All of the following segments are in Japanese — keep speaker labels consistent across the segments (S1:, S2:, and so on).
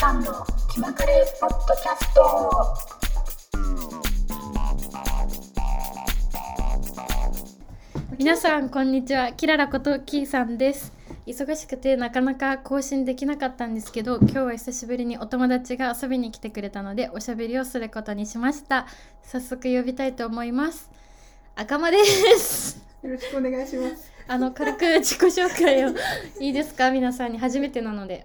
S1: バンド気まぐれポッドキャスト
S2: 皆さんこんにちはキララことキーさんです忙しくてなかなか更新できなかったんですけど今日は久しぶりにお友達が遊びに来てくれたのでおしゃべりをすることにしました早速呼びたいと思います赤間です
S3: よろしくお願いします。
S2: あの軽く自己紹介をいいですか皆さんに初めてなので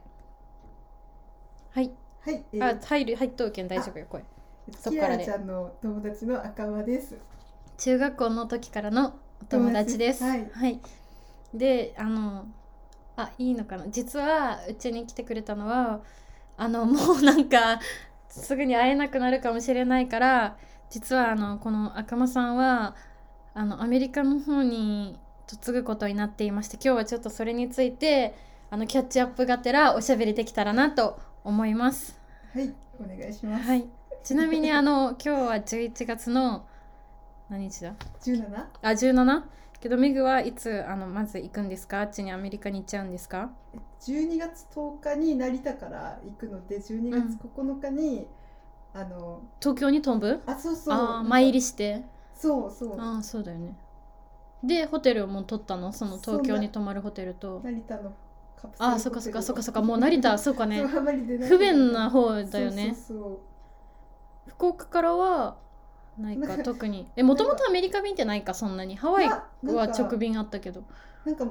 S2: はい
S3: はい、え
S2: あ
S3: ー、
S2: 入る入っとうけん大丈夫よ声そっ
S3: キ
S2: から
S3: ラ
S2: で
S3: ちゃんの友達の赤間です。
S2: 中学校の時からのお友達です。
S3: 友達で
S2: であのあいいのかな実はうちに来てくれたのはあの もうなんかすぐに会えなくなるかもしれないから実はあのこの赤間さんはあのアメリカの方に嫁ぐことになっていまして今日はちょっとそれについてあのキャッチアップがてらおしゃべりできたらなと思います。
S3: はい、お願いします。
S2: はい、ちなみにあの今日は11月の何日だ
S3: 十七、
S2: あ 17? けどメグはいつあのまず行くんですかあっちにアメリカに行っちゃうんですか
S3: 十二月十日に成田から行くので、十二月九日に、あの
S2: 東京に飛ぶ
S3: あそうそう
S2: ああー参りして
S3: そうそう
S2: ああそうだよねでホテルも取ったのその東京に泊まるホテルと
S3: 成田のカプセルホテル
S2: ああそっかそっかそっかそっかもう成田そうかね
S3: そうあまり出ない
S2: 不便な方だよね
S3: そうそう
S2: 福岡からはない
S3: な
S2: か
S3: んか
S2: 特にえもともとアメリカ便ってないかそんなにハ
S3: そう
S2: ワイは
S3: まあなんか
S2: 直便あったけど
S3: なんか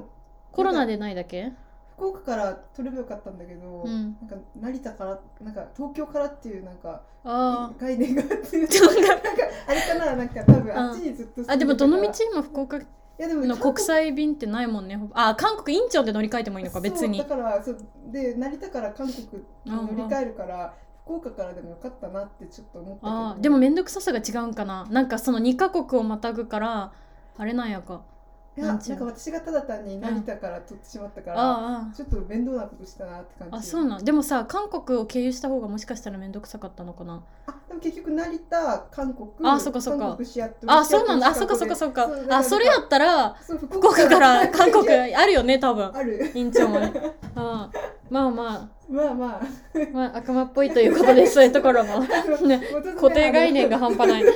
S2: コロナでないだけ
S3: 福岡から取ればよかったんだけど、
S2: うん
S3: なんか成田からなんか東京からっていうなんか
S2: ああ
S3: 概念があって
S2: な
S3: なんかあれかななんか多分あっちにずっと住んでたから
S2: あでもどの道今福岡
S3: いやでも
S2: の国際便ってないもんねほぼあ韓国インチョンで乗り換えてもいいのか別に
S3: そうだからそうで成田から韓国に乗り換えるから福岡からでもよかったなってちょっと思ったけど
S2: あーでも面倒くささが違うんかななんかその2カ国をまたぐからあれなんやか
S3: いや
S2: な
S3: なんん
S2: ちゅう
S3: か私がただ単に成田から取ってしまったから、
S2: あー
S3: ちょっと面倒なことしたなって感
S2: あ
S3: じ
S2: ーあそうなんでもさ韓国を経由した方がもしかしたら面倒くさかったのかな
S3: あでも結局成田韓国
S2: あそっかそっか
S3: 韓国シアトル
S2: あそうなんだあ
S3: シ
S2: そ
S3: ア
S2: っ
S3: ト
S2: かそ
S3: ル
S2: っかそっか
S3: そうだら
S2: あそれやったら
S3: そう福
S2: 福岡から韓国
S3: いや
S2: あるよね多分
S3: ある
S2: インチョン もねあーまあま
S3: まあ まあ
S2: あ、まあ、悪魔っぽいということですそういうところもね固
S3: 固
S2: 定概念が半端ない
S3: ちょっ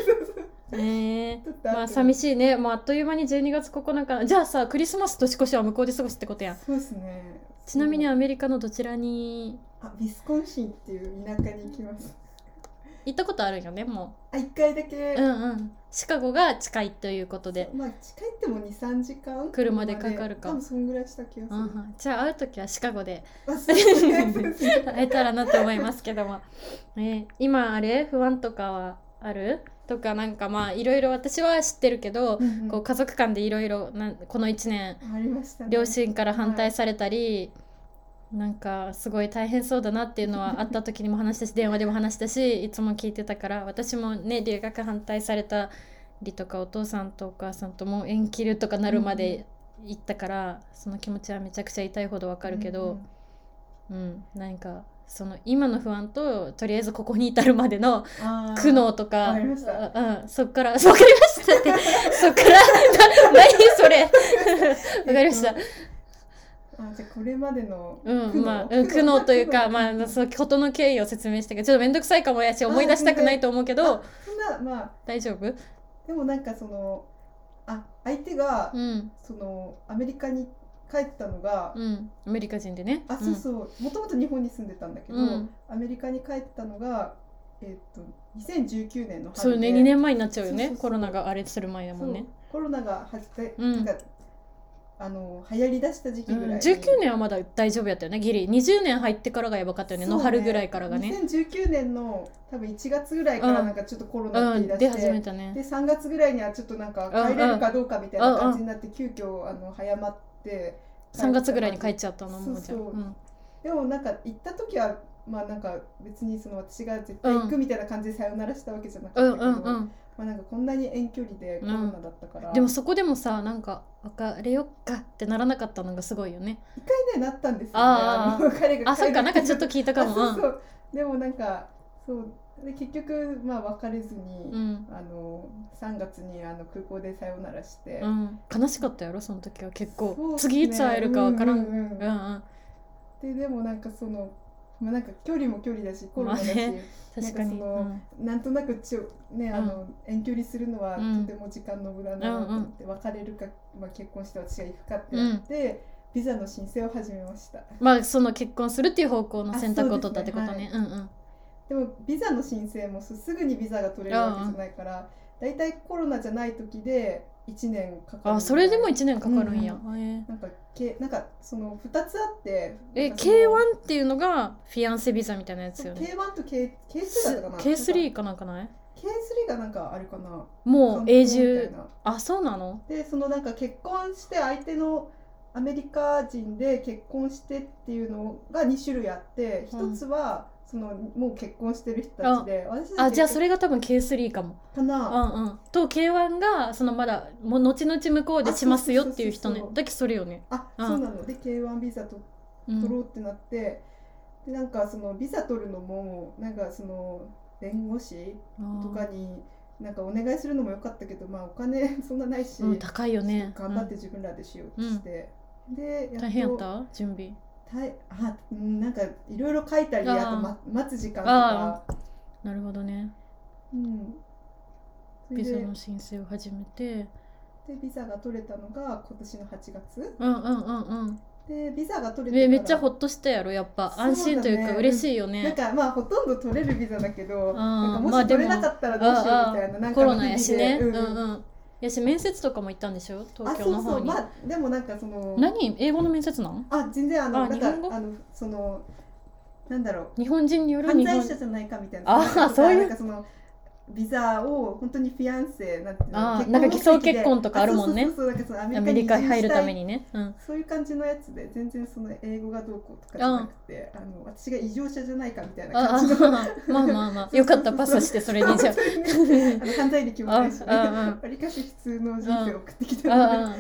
S2: えー、
S3: と
S2: まあ寂
S3: い
S2: しいね、もうあっという間に12月9日じゃあさクリスマスと年越しは向こうで過ごすってことやん
S3: そうですね
S2: ちなみに
S3: あ
S2: アメリカのどちらに
S3: ウィスコンシンっていう田舎に行きます
S2: 行ったことあるよねも
S3: あ一回だけ、
S2: ううんうんシカゴが近いということで、
S3: まあ近いっても二三時間
S2: 車でかかるか
S3: 多分そんぐらいした気が
S2: う
S3: する
S2: んうん、じゃあ会う時はシカゴで
S3: まあそうですねそうですね
S2: 会えたらなと思いますけども、 ね今あれ不安とかはあるとかなんかまあいろいろ私は知ってるけど、
S3: うんうん
S2: こう家族間でいろいろなんこの1年
S3: ありましたね
S2: 両親から反対されたり、なんかすごい大変そうだなっていうのは会った時にも話したし電話でも話したしいつも聞いてたから私もね留学反対されたりとかお父さんとお母さんともう縁切るとかなるまで行ったから、その気持ちはめちゃくちゃ痛いほどわかるけど、うんなんかその今の不安ととりあえずここに至るまでの苦悩とか
S3: わかりました
S2: あうん、そっから「わかりました」ってそっからな何それ わかりました
S3: あーあじゃあこれまでの
S2: うんまあ、うん苦悩というか、まあ、そのことの経緯を説明してけどちょっと面倒くさいかもやし思い出したくないと思うけど
S3: あそんなまあ
S2: 大丈夫
S3: でもなんかそのあ相手が、
S2: うん
S3: そのアメリカに帰ったのが、
S2: うんアメリカ人でね
S3: あそうそうもともと日本に住んでたんだけど、
S2: うん
S3: アメリカに帰ったのがえっと2019年の春で
S2: そうね2年前になっちゃうよね
S3: そうそうそう
S2: コロナがあれする前だもんね
S3: そうコロナがはじて、
S2: うん
S3: なんかあの流行りだした時期
S2: う
S3: ぐ
S2: ん、
S3: らいに、
S2: 19年はまだ大丈夫やったよねギリ20年入ってからがやばかったよね
S3: そう
S2: の春ぐらいからがね
S3: 2019年の多分1月ぐらいからなんかちょっとコロナ
S2: う
S3: って
S2: ん
S3: 言い
S2: 出
S3: 出して、
S2: 始めたね
S3: で3月ぐらいにはちょっとなんか帰れるかどうかみたいな感じになって急遽あの早まって
S2: 3月ぐらいに帰っちゃったの
S3: そ
S2: も
S3: う
S2: うじ
S3: そ
S2: ゃ
S3: うん
S2: うん
S3: でもなんか行った時はまあなんか別にその私が絶対行くみたいな感じでさよならしたわけじゃな
S2: う
S3: か
S2: ん
S3: ったけ
S2: う
S3: ど、
S2: んうん
S3: まあなんかこんなに遠距離でコロナだったから、
S2: でもそこでもさなんか別れよっかってならなかったのがすごいよね
S3: 一回ねなったんですよね
S2: あー
S3: の彼が
S2: あそっかなんかちょっと
S3: 聞い
S2: 聞いたかも
S3: そうそうでもなんかそうで結局まあ別れずに、
S2: うん
S3: あの3月にあの空港でさよならして、
S2: うん、悲しかったやろその時は結構、
S3: そうっすね
S2: 次いつ会えるかわからん,、う
S3: うんん
S2: う
S3: うんんででもなんかそのまあなんか距離も距離だしコロナだし、
S2: まあね確かに
S3: なんかそのなんとなくちょねあの、遠距離するのは
S2: うん
S3: とても時間の無駄だなと思って、別れるか、まあ、結婚して私が行くかってなって、ビザの申請を始めました
S2: まあその結婚するっていう方向の選択を取ったってことね
S3: あそうです
S2: うんうん
S3: でもビザの申請もすすぐにビザが取れるわけじゃないから大体、コロナじゃない時で1年かかる
S2: あそれでも1年かかるんや、へ
S3: なんかけなんかその2つあって
S2: ええ
S3: なんかその
S2: K1 っていうのがフィアンセビザみたいなやつよね
S3: K1 と K K2 だったかな
S2: K3 かなんかない
S3: K3 がなんかあるかな
S2: もう永
S3: 観光み
S2: 住
S3: たいな
S2: あそうなの
S3: でそのなんか結婚して相手のアメリカ人で結婚してっていうのが2種類あって一
S2: うん
S3: つはそのもう結婚してる人たちで私
S2: あじゃあそ
S3: れ
S2: れが多分 K3 かも
S3: か
S2: う
S3: なん
S2: うんと K1 がそのまだもう後々向こうでしますよっていう人ね
S3: あそうそうそうそう
S2: だけそれよね
S3: あ
S2: うん
S3: そうなので K1 ビザと
S2: う
S3: 取ろ
S2: ん
S3: うってなってでなんかそのビザ取るのもなんかその弁護士とかになんかお願いするのもよかったけどまあお金 そんなないし
S2: うん高いよね
S3: 頑張って自分らでしようとしてで
S2: うん
S3: やっと
S2: 大変やった準備
S3: たいあうんなんかいろいろ書いたり
S2: あ
S3: あ
S2: ー
S3: と、ま、待つ時間とか、
S2: なるほどね
S3: うん、それ
S2: ビ
S3: で
S2: ザ
S3: で
S2: の申請を始めて
S3: ビザが取れたのが今年の8月
S2: うんうんうんうん
S3: でビザが取れて
S2: え
S3: から
S2: めっちゃほっとしたやろやっぱ安心という
S3: そう
S2: か
S3: だね
S2: 嬉しいよ
S3: なん
S2: ね
S3: かまあほとんど取れるビザだけど
S2: ん
S3: なん
S2: ま
S3: かも
S2: あ
S3: し
S2: で
S3: 取
S2: も
S3: れなかったらどうしようみ
S2: あ
S3: たいななん
S2: あ
S3: か
S2: コロナやしね
S3: う
S2: うん
S3: んうん
S2: うんやし面接とかも行ったんでしょ
S3: あ
S2: 東京
S3: そ
S2: の
S3: うそ
S2: 方
S3: う
S2: に
S3: まあでもなんかその
S2: 何英語の面接なん
S3: あ全然あの
S2: あ
S3: なん
S2: 日本語
S3: かあのそのなんだろう
S2: 日本人による
S3: 犯
S2: 日
S3: 罪
S2: 本
S3: 者じゃないかみたいな。
S2: あーそういう
S3: なんかそのビザを本当にフィアンセなんていうの
S2: あー
S3: 結婚
S2: なんか偽装
S3: 目的で
S2: 結婚とかあるもんね
S3: あそうそうそうそうなんかその
S2: ア
S3: ア
S2: メ
S3: メ
S2: リ
S3: リ
S2: カ
S3: カ
S2: に
S3: に
S2: 入るため
S3: に移住したい。
S2: にねうん
S3: そういう感じのやつで全然その英語がどうこうとかじゃなくてあの私が異常者じゃないかみたいな
S2: あ
S3: 感じの
S2: あまあ まあまあよかったパスしてそれにじゃ
S3: あの犯罪歴もないしね
S2: あああ
S3: わりかし普通の人生を送ってきたの
S2: ああ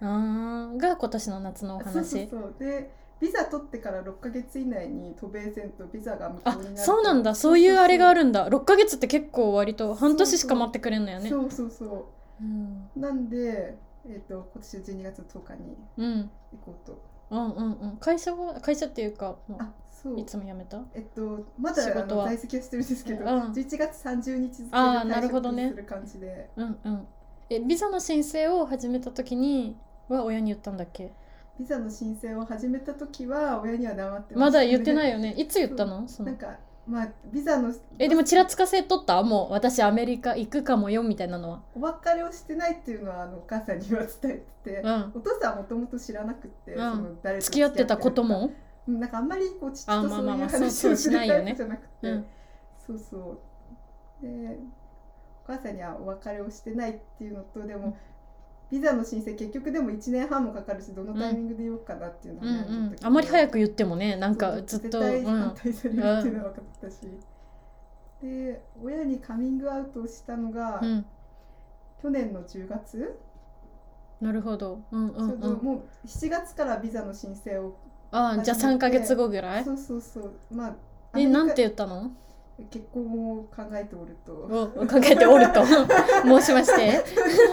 S2: ああが今年の夏のお
S3: でそうそう
S2: 話
S3: そうでビザ取ってから6ヶ月以内に渡米線とビザが無効
S2: あ
S3: になると
S2: そうなんだそういうあれがあ
S3: る
S2: るんだ6ヶ月って結構割と半年しか待ってくれんのよね
S3: そうそうそう
S2: うん
S3: なんで、えっと今年12月10日に
S2: うん
S3: 行こうと。
S2: うんうんうん会社は会社っていうかも
S3: あそう
S2: ういつも辞めた
S3: えっと、まだ
S2: 仕
S3: あ
S2: 事
S3: の
S2: は
S3: 在籍はしてるんですけど、
S2: うん
S3: 11月30日付で
S2: あー
S3: 退
S2: なるほどね
S3: 職する感じで
S2: うんうんえビザの申請を始めた時には親に言ったんだっけ
S3: ビザの申請を始めた時は親には黙って
S2: まだ言ってない
S3: い
S2: よねいつ言ったのそ
S3: な
S2: の
S3: んかまあビザの
S2: えでもちらつかせとったもう私アメリカ行くかもよみたいなのは
S3: お別れをしてないっていうのはあのお母さんには伝えてて、
S2: うん
S3: お父さんはもともと知らなくて、
S2: うん
S3: その誰と
S2: 付き合ってたことも
S3: うんなんかあんまりこう父
S2: あ
S3: と
S2: まあ
S3: そうい
S2: まあま
S3: う
S2: あ
S3: 話
S2: そう
S3: を
S2: そう
S3: す
S2: し
S3: る
S2: な
S3: タ
S2: い
S3: イ
S2: よ
S3: プ
S2: ね
S3: じゃなくて、
S2: うん
S3: そうそうでお母さんにはお別れをしてないっていうのとで
S2: うん
S3: もビザの申請結局でも1年半もかかるしどのタイミングで言おうかなっていうの
S2: うん
S3: は
S2: う
S3: 悩だった
S2: ん
S3: けど
S2: あまり早く言ってもねなんかずっと
S3: 絶対
S2: うん
S3: 反対されるっていうのは分かったし、で親にカミングアウトをしたのが、
S2: うん
S3: 去年の10月、
S2: なるほどうんう
S3: そ
S2: ん
S3: れと
S2: うん
S3: もう7月からビザの申請を、
S2: あじゃあ3ヶ月後ぐらい
S3: そうそうそうまあアメ
S2: え
S3: リカ
S2: なんて言ったの
S3: 結婚を考えておると
S2: を考えておると申しまして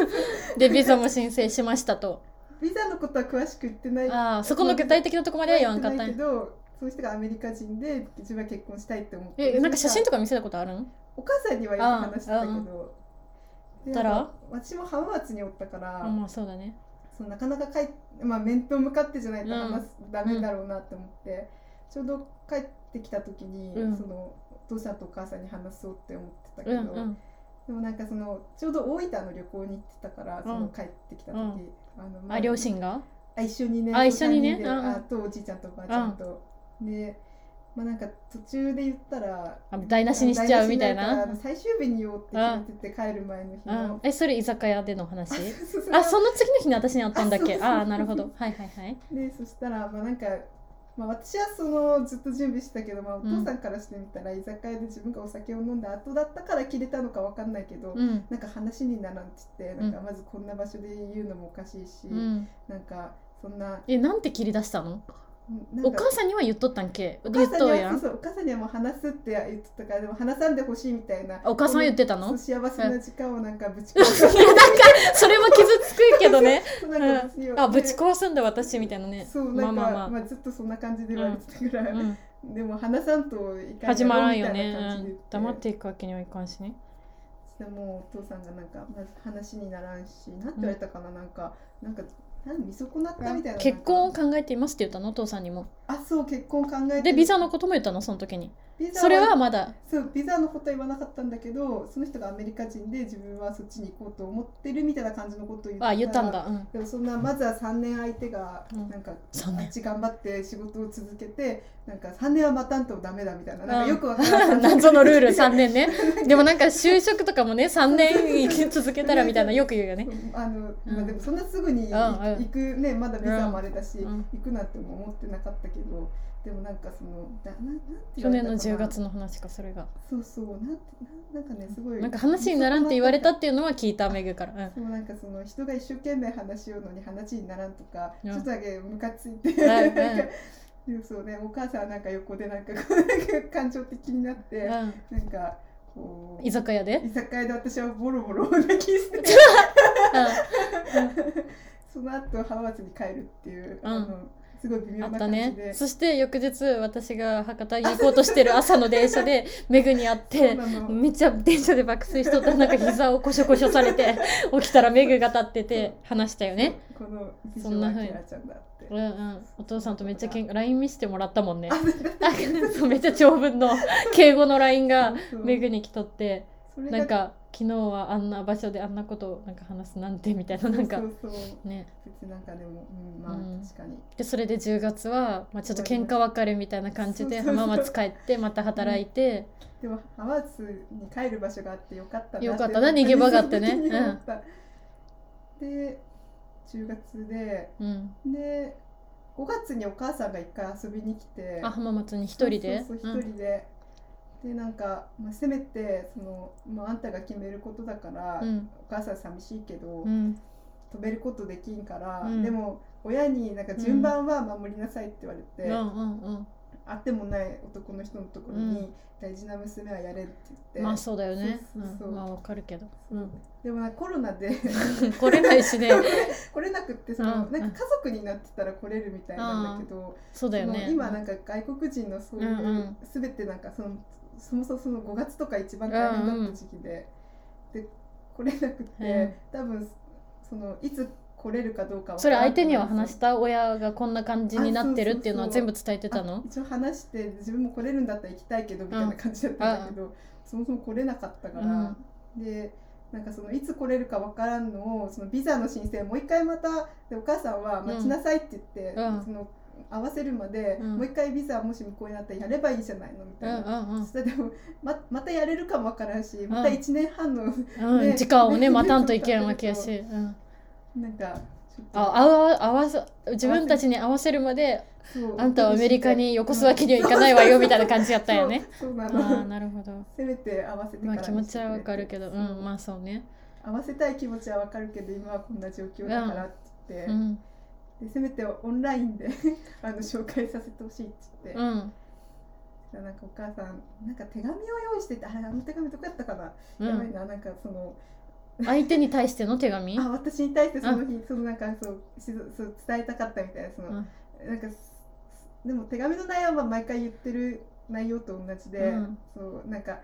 S2: でビザも申請しましたと
S3: ビザのことは詳しく言ってない
S2: あーそこの具体的なとこまでは言わんかっ
S3: 詳
S2: た
S3: しく
S2: ん
S3: ない
S2: や
S3: けどそういう人がアメリカ人で自分は結婚したいって思って
S2: えなんか写真と
S3: と
S2: か見せたことあるん
S3: お母さんにはよく話してたけ
S2: あ
S3: どで
S2: たら
S3: なんか私も浜松におったから、
S2: あまあそうだね
S3: そのなかなか帰っまあ、面と向かってじゃないと
S2: うん
S3: 話す、ダメだろうなって思って、ちょうど帰ってきた時に、
S2: うん
S3: そのお父さんとお母さんに話そうって思ってたけ
S2: うん
S3: ど、
S2: うん
S3: でもなんかそのちょうど大分の旅行に行ってたからその帰ってきた時、
S2: うん
S3: あのま
S2: あ両親が
S3: あ一緒にね
S2: あ一緒にね
S3: 三人で
S2: うんうん
S3: あとおじいちゃんとおばあちゃんと、でまあなんか途中で言ったら
S2: あ台無しにしちゃうみたい
S3: あの
S2: な
S3: 台無しにるからあの最終日に言おうって決めてて帰る前 の日
S2: うん
S3: の、
S2: えそれ居酒屋での話
S3: そうそう
S2: あその次の日に私に会ったんだっけ
S3: あそうそう
S2: ああーなるほどはいはいはい
S3: でそしたらまあなんか、まあ、私はそのずっと準備してたけど、まあ、お父さんからしてみたら居酒屋で自分がお酒を飲んだ後だったから切れたのかわかんないけど、
S2: うん
S3: なんか話にならんって言ってなんかまずこんな場所で言うのもおかしいし、
S2: うん
S3: なんかそんな
S2: えなんて切り出したの
S3: なん
S2: お
S3: か
S2: 母さんには言っとったんけ
S3: お
S2: 言
S3: 母
S2: っ
S3: さん
S2: と
S3: に
S2: うや
S3: はそうんそうお母さんにはもう話すって言ってたからでも話さんでほしいみたいな
S2: お母さんは言ってた
S3: そう
S2: の
S3: 幸せな時間をなんかぶち壊す
S2: それも傷つくけどね
S3: そうなんか別に
S2: あぶち壊すんだ私みたいなね
S3: そう
S2: ま
S3: な
S2: あ
S3: んか
S2: まあまあ
S3: まあずっとそんな感じで言われてたぐらい、
S2: うん
S3: でも話さんといかん
S2: 始まらんよ
S3: み
S2: ね
S3: たいな感じで言
S2: うん黙っていくわけにはいかんしね
S3: でもお父さんがなんかまず話にならんしなんて言われたかな、なんかなんかなん見損なったみたいな
S2: 結婚を
S3: え
S2: 考えていますって言ったのお父さんにも
S3: あそう結婚考えて
S2: でビザのことも言ったのその時に
S3: ビザ
S2: それはまだ
S3: そうビザのことは言わなかったんだけどその人がアメリカ人で自分はそっちに行こうと思ってるみたいな感じのことを言ったら
S2: あ言ったんだうん
S3: でもそんなまずは3年相手が
S2: うん
S3: なんか、
S2: 3
S3: あ
S2: 年
S3: っち頑張って仕事を続けてなんか3年は待たんとダメだみたいな
S2: う
S3: なんか
S2: ん
S3: よくわから ん
S2: 謎のルール3年ねでもなんか就職とかもね3年生き続けたらみたいなよく言うよね
S3: あの、
S2: う
S3: まあ、
S2: ん
S3: でもそんなすぐに
S2: ん
S3: い
S2: うん
S3: 行くねまだビザもあれだし、
S2: うん
S3: 行くなんても思ってなかったけどでもなんかそのなななんて言
S2: 去
S3: われ
S2: 年の
S3: たかな
S2: 10月の話かそれが
S3: そうそうなんてなんなんかねすごい
S2: なんか話にならんって言われたっていうのは聞いためぐから、うん
S3: そうなんかその人が一生懸命話しようのに話にならんとか、
S2: うん
S3: ちょっとだけムカついて、
S2: ん
S3: なんかでもそうねお母さんはなんか横でなんかこうなんか感情的になって、
S2: う
S3: なんかこ
S2: ん、居
S3: う
S2: 酒屋で、
S3: 居酒屋で私はボロボロ泣き してその後ハワーズに帰るっていう、
S2: うん
S3: あのすごい微
S2: うん、あ
S3: 妙
S2: った
S3: な感じ
S2: ね
S3: で。
S2: そして翌日私が博多に行こうとしてる朝の電車 でめぐに会って
S3: そうなの
S2: めっちゃ電車で爆睡しとったらなんか膝をこしょこしょされて 起きたらめぐが立ってて話したよね
S3: この美
S2: そんな
S3: 女は
S2: 風に
S3: キラちゃんだって
S2: うんうんお父さんとめっちゃけん LINE 見せてもらったもんね
S3: あ
S2: なんか そうめっちゃ長文の敬語の LINE が
S3: そう
S2: めぐに来とって
S3: それが
S2: なんか昨日はあんな場所であんなことをなんか話すなんてみたいななんか
S3: そうそう
S2: ね
S3: 別になんかでも、うん、まあ
S2: うん
S3: 確かに、
S2: でそれで10月は、まあ、ちょっと喧嘩別れみたいな感じで
S3: そうそうそう
S2: 浜松帰ってまた働いて、
S3: でもハワーズに帰る場所があってよかった
S2: よかったな逃げ場があってね
S3: 本当に そう思ったで10月で
S2: うん
S3: で5月にお母さんが一回遊びに来て
S2: あ浜松に一人で
S3: そうそうそう一人で、でなんか、まあ、せめてその、まあ、あんたが決めることだから、
S2: うん
S3: お母さん寂しいけど、
S2: うんうん
S3: 止めることできんから、
S2: うん
S3: でも親になんか順番は守りなさいって言われ
S2: う
S3: て、
S2: んうんうん
S3: 会ってもない男の人のところ
S2: う
S3: に大事な娘はやれって言って、
S2: まあそうだよね
S3: そうそうそう
S2: うんまあわかるけど、 うん、
S3: でもなんかコロナで
S2: 来れないしね
S3: 来れなくってその、
S2: うん
S3: なんか家族になってたら来れるみたいなんだけど、
S2: そうだよね
S3: その今なんか外国人のそういう、
S2: うんうん
S3: 全てなんかそのそもそもその5月とか一番大変だった時期で、で来れなくて、
S2: うん
S3: 多分そのいつ来れるかどうかわ
S2: そ
S3: か
S2: れ
S3: らん
S2: 相手には話し
S3: あ
S2: た親がこんな感じになってるっていうのは
S3: あそうそ
S2: 全
S3: うそ
S2: 部伝えてたの
S3: 一応話して自分も来れるんだったら行きたいけどみたいな感じだったんだけど、そもそも来れなかったから、でなんかそのいつ来れるかわからんのをそのビザの申請もう一回またでお母さんは待ちなさいって言って、
S2: うん
S3: その合わせるまで、
S2: うん
S3: もう一回ビザもし向こうになったらやればいいじゃないのみ
S2: うん
S3: た
S2: う
S3: い
S2: ん
S3: な。そしたらでもままたやれるかもわからんしまた1年半の、
S2: うん、うん
S3: ね
S2: 時間をね待たんといけんわけやし、うん、
S3: なんかちょっと
S2: あ合わ合わさ自分たちに合わせるまで
S3: そう
S2: あんたはアメリカによこすわけにはいかないわよみたいな感じやったよね。
S3: そうそうな
S2: あ
S3: の
S2: あなるほ ど。
S3: せめて合わせて
S2: ま
S3: から
S2: あ
S3: に
S2: 気持
S3: してくれて
S2: ちはわかるけど、う
S3: そうん
S2: まあそうね。
S3: 合わせたい気持ちはわかるけど今はこんな状況だからって言って、
S2: うん
S3: でせめてオンラインで あの紹介させてほしいって言って、
S2: うん
S3: なんかお母さんなんか手紙を用意しててあれあの手紙どこやったかな、
S2: う
S3: やばい
S2: ん。
S3: ななんかその
S2: 相手に対しての手紙？
S3: あ私に対してその日そのなんかそうしそう伝えたかったみたいなその、
S2: うん
S3: なんかすでも手紙の内容は毎回言ってる内容と同じで、
S2: うん
S3: そうなんか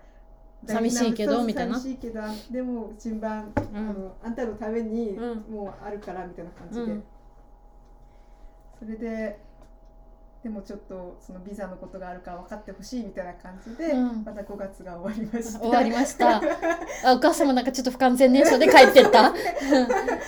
S2: 寂しいけど
S3: そう
S2: みたいな
S3: 寂しいけどでも順番、
S2: う
S3: あ
S2: ん
S3: のあんたのために
S2: うん
S3: もうあるからみたいな感じ
S2: う
S3: で、
S2: ん
S3: それででもちょっとそのビザのことがあるから分かってほしいみたいな感じで、
S2: うん
S3: また5月が終わりました
S2: 終わりました。あお母様なんかちょっと不完全燃焼で帰ってった。うん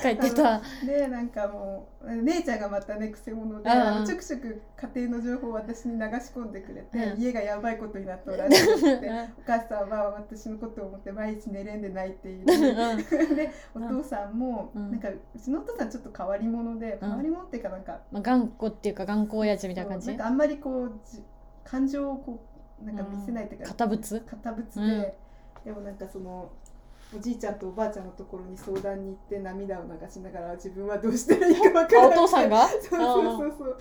S2: 帰ってた。
S3: でなんかもう姉ちゃんがまたねくせ者で、
S2: うん
S3: あのちょくちょく家庭の情報を私に流し込んでくれて、
S2: うん
S3: 家がやばいことになったらしく
S2: うん
S3: て お母さんは私のことを思って毎日寝れんでないっていう
S2: う
S3: で
S2: ん
S3: お父さんも、
S2: うん
S3: なんかうちのお父さんちょっと変わり者で、変わり者っていうかなんか
S2: まあ頑固っていうか頑固親父みたいな感
S3: そ
S2: じ
S3: うなん。かあんまりこうじ感情をこうなんか見せないっていうか、
S2: 堅物？
S3: 堅物で、
S2: うん
S3: でもなんかそのおじいちゃんとおばあちゃんのところに相談に行って涙を流しながら自分はどうしたらいいか分か
S2: あ
S3: ら
S2: お
S3: ない
S2: 父さんが？
S3: そうそうそうそう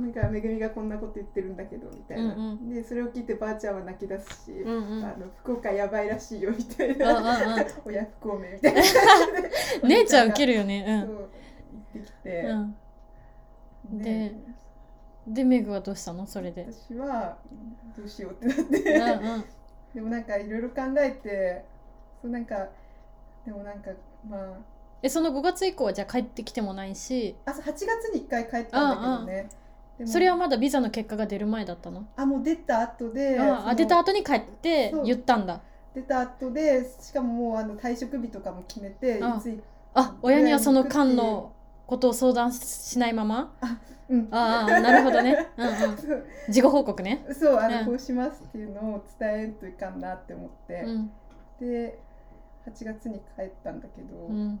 S3: なんかめぐみがこんなこと言ってるんだけどみたいな、
S2: うんう
S3: でそれを聞いてばあちゃんは泣き出すし、
S2: うんうん。うん
S3: あの福岡やばいらしいよみたい
S2: うん
S3: な、
S2: う
S3: 親不公明みたいな
S2: ん。 姉ちゃんウ
S3: 受
S2: ケ
S3: け
S2: るよね。
S3: そう言ってきて
S2: う、ん。うんで
S3: ね
S2: でメグはどうしたのそれで
S3: 私はどうしようってなっ
S2: うん
S3: て
S2: うん
S3: でもなんかいろいろ考えてそうなんかでもなんかまあ
S2: えその5月以降はじゃあ帰ってきてもないし
S3: あそう8月に1回帰ったんだけどねでも
S2: それはまだビザの結果が出る前だったの、
S3: あもう出た後で
S2: あ
S3: そ
S2: あ
S3: の
S2: 出た後に帰って
S3: そう
S2: 言ったんだ
S3: 出た後でしかももうあの退職日とかも決めてい
S2: あ
S3: つい
S2: あ親にはその間のことを相談しないまま
S3: うん
S2: ああなるほどね、うんうん、
S3: そう
S2: 事後報告ね、
S3: そうあ
S2: うん
S3: のこうしますっていうのを伝えんといかんなって思って、
S2: うん
S3: で8月に帰ったんだけど、
S2: うん、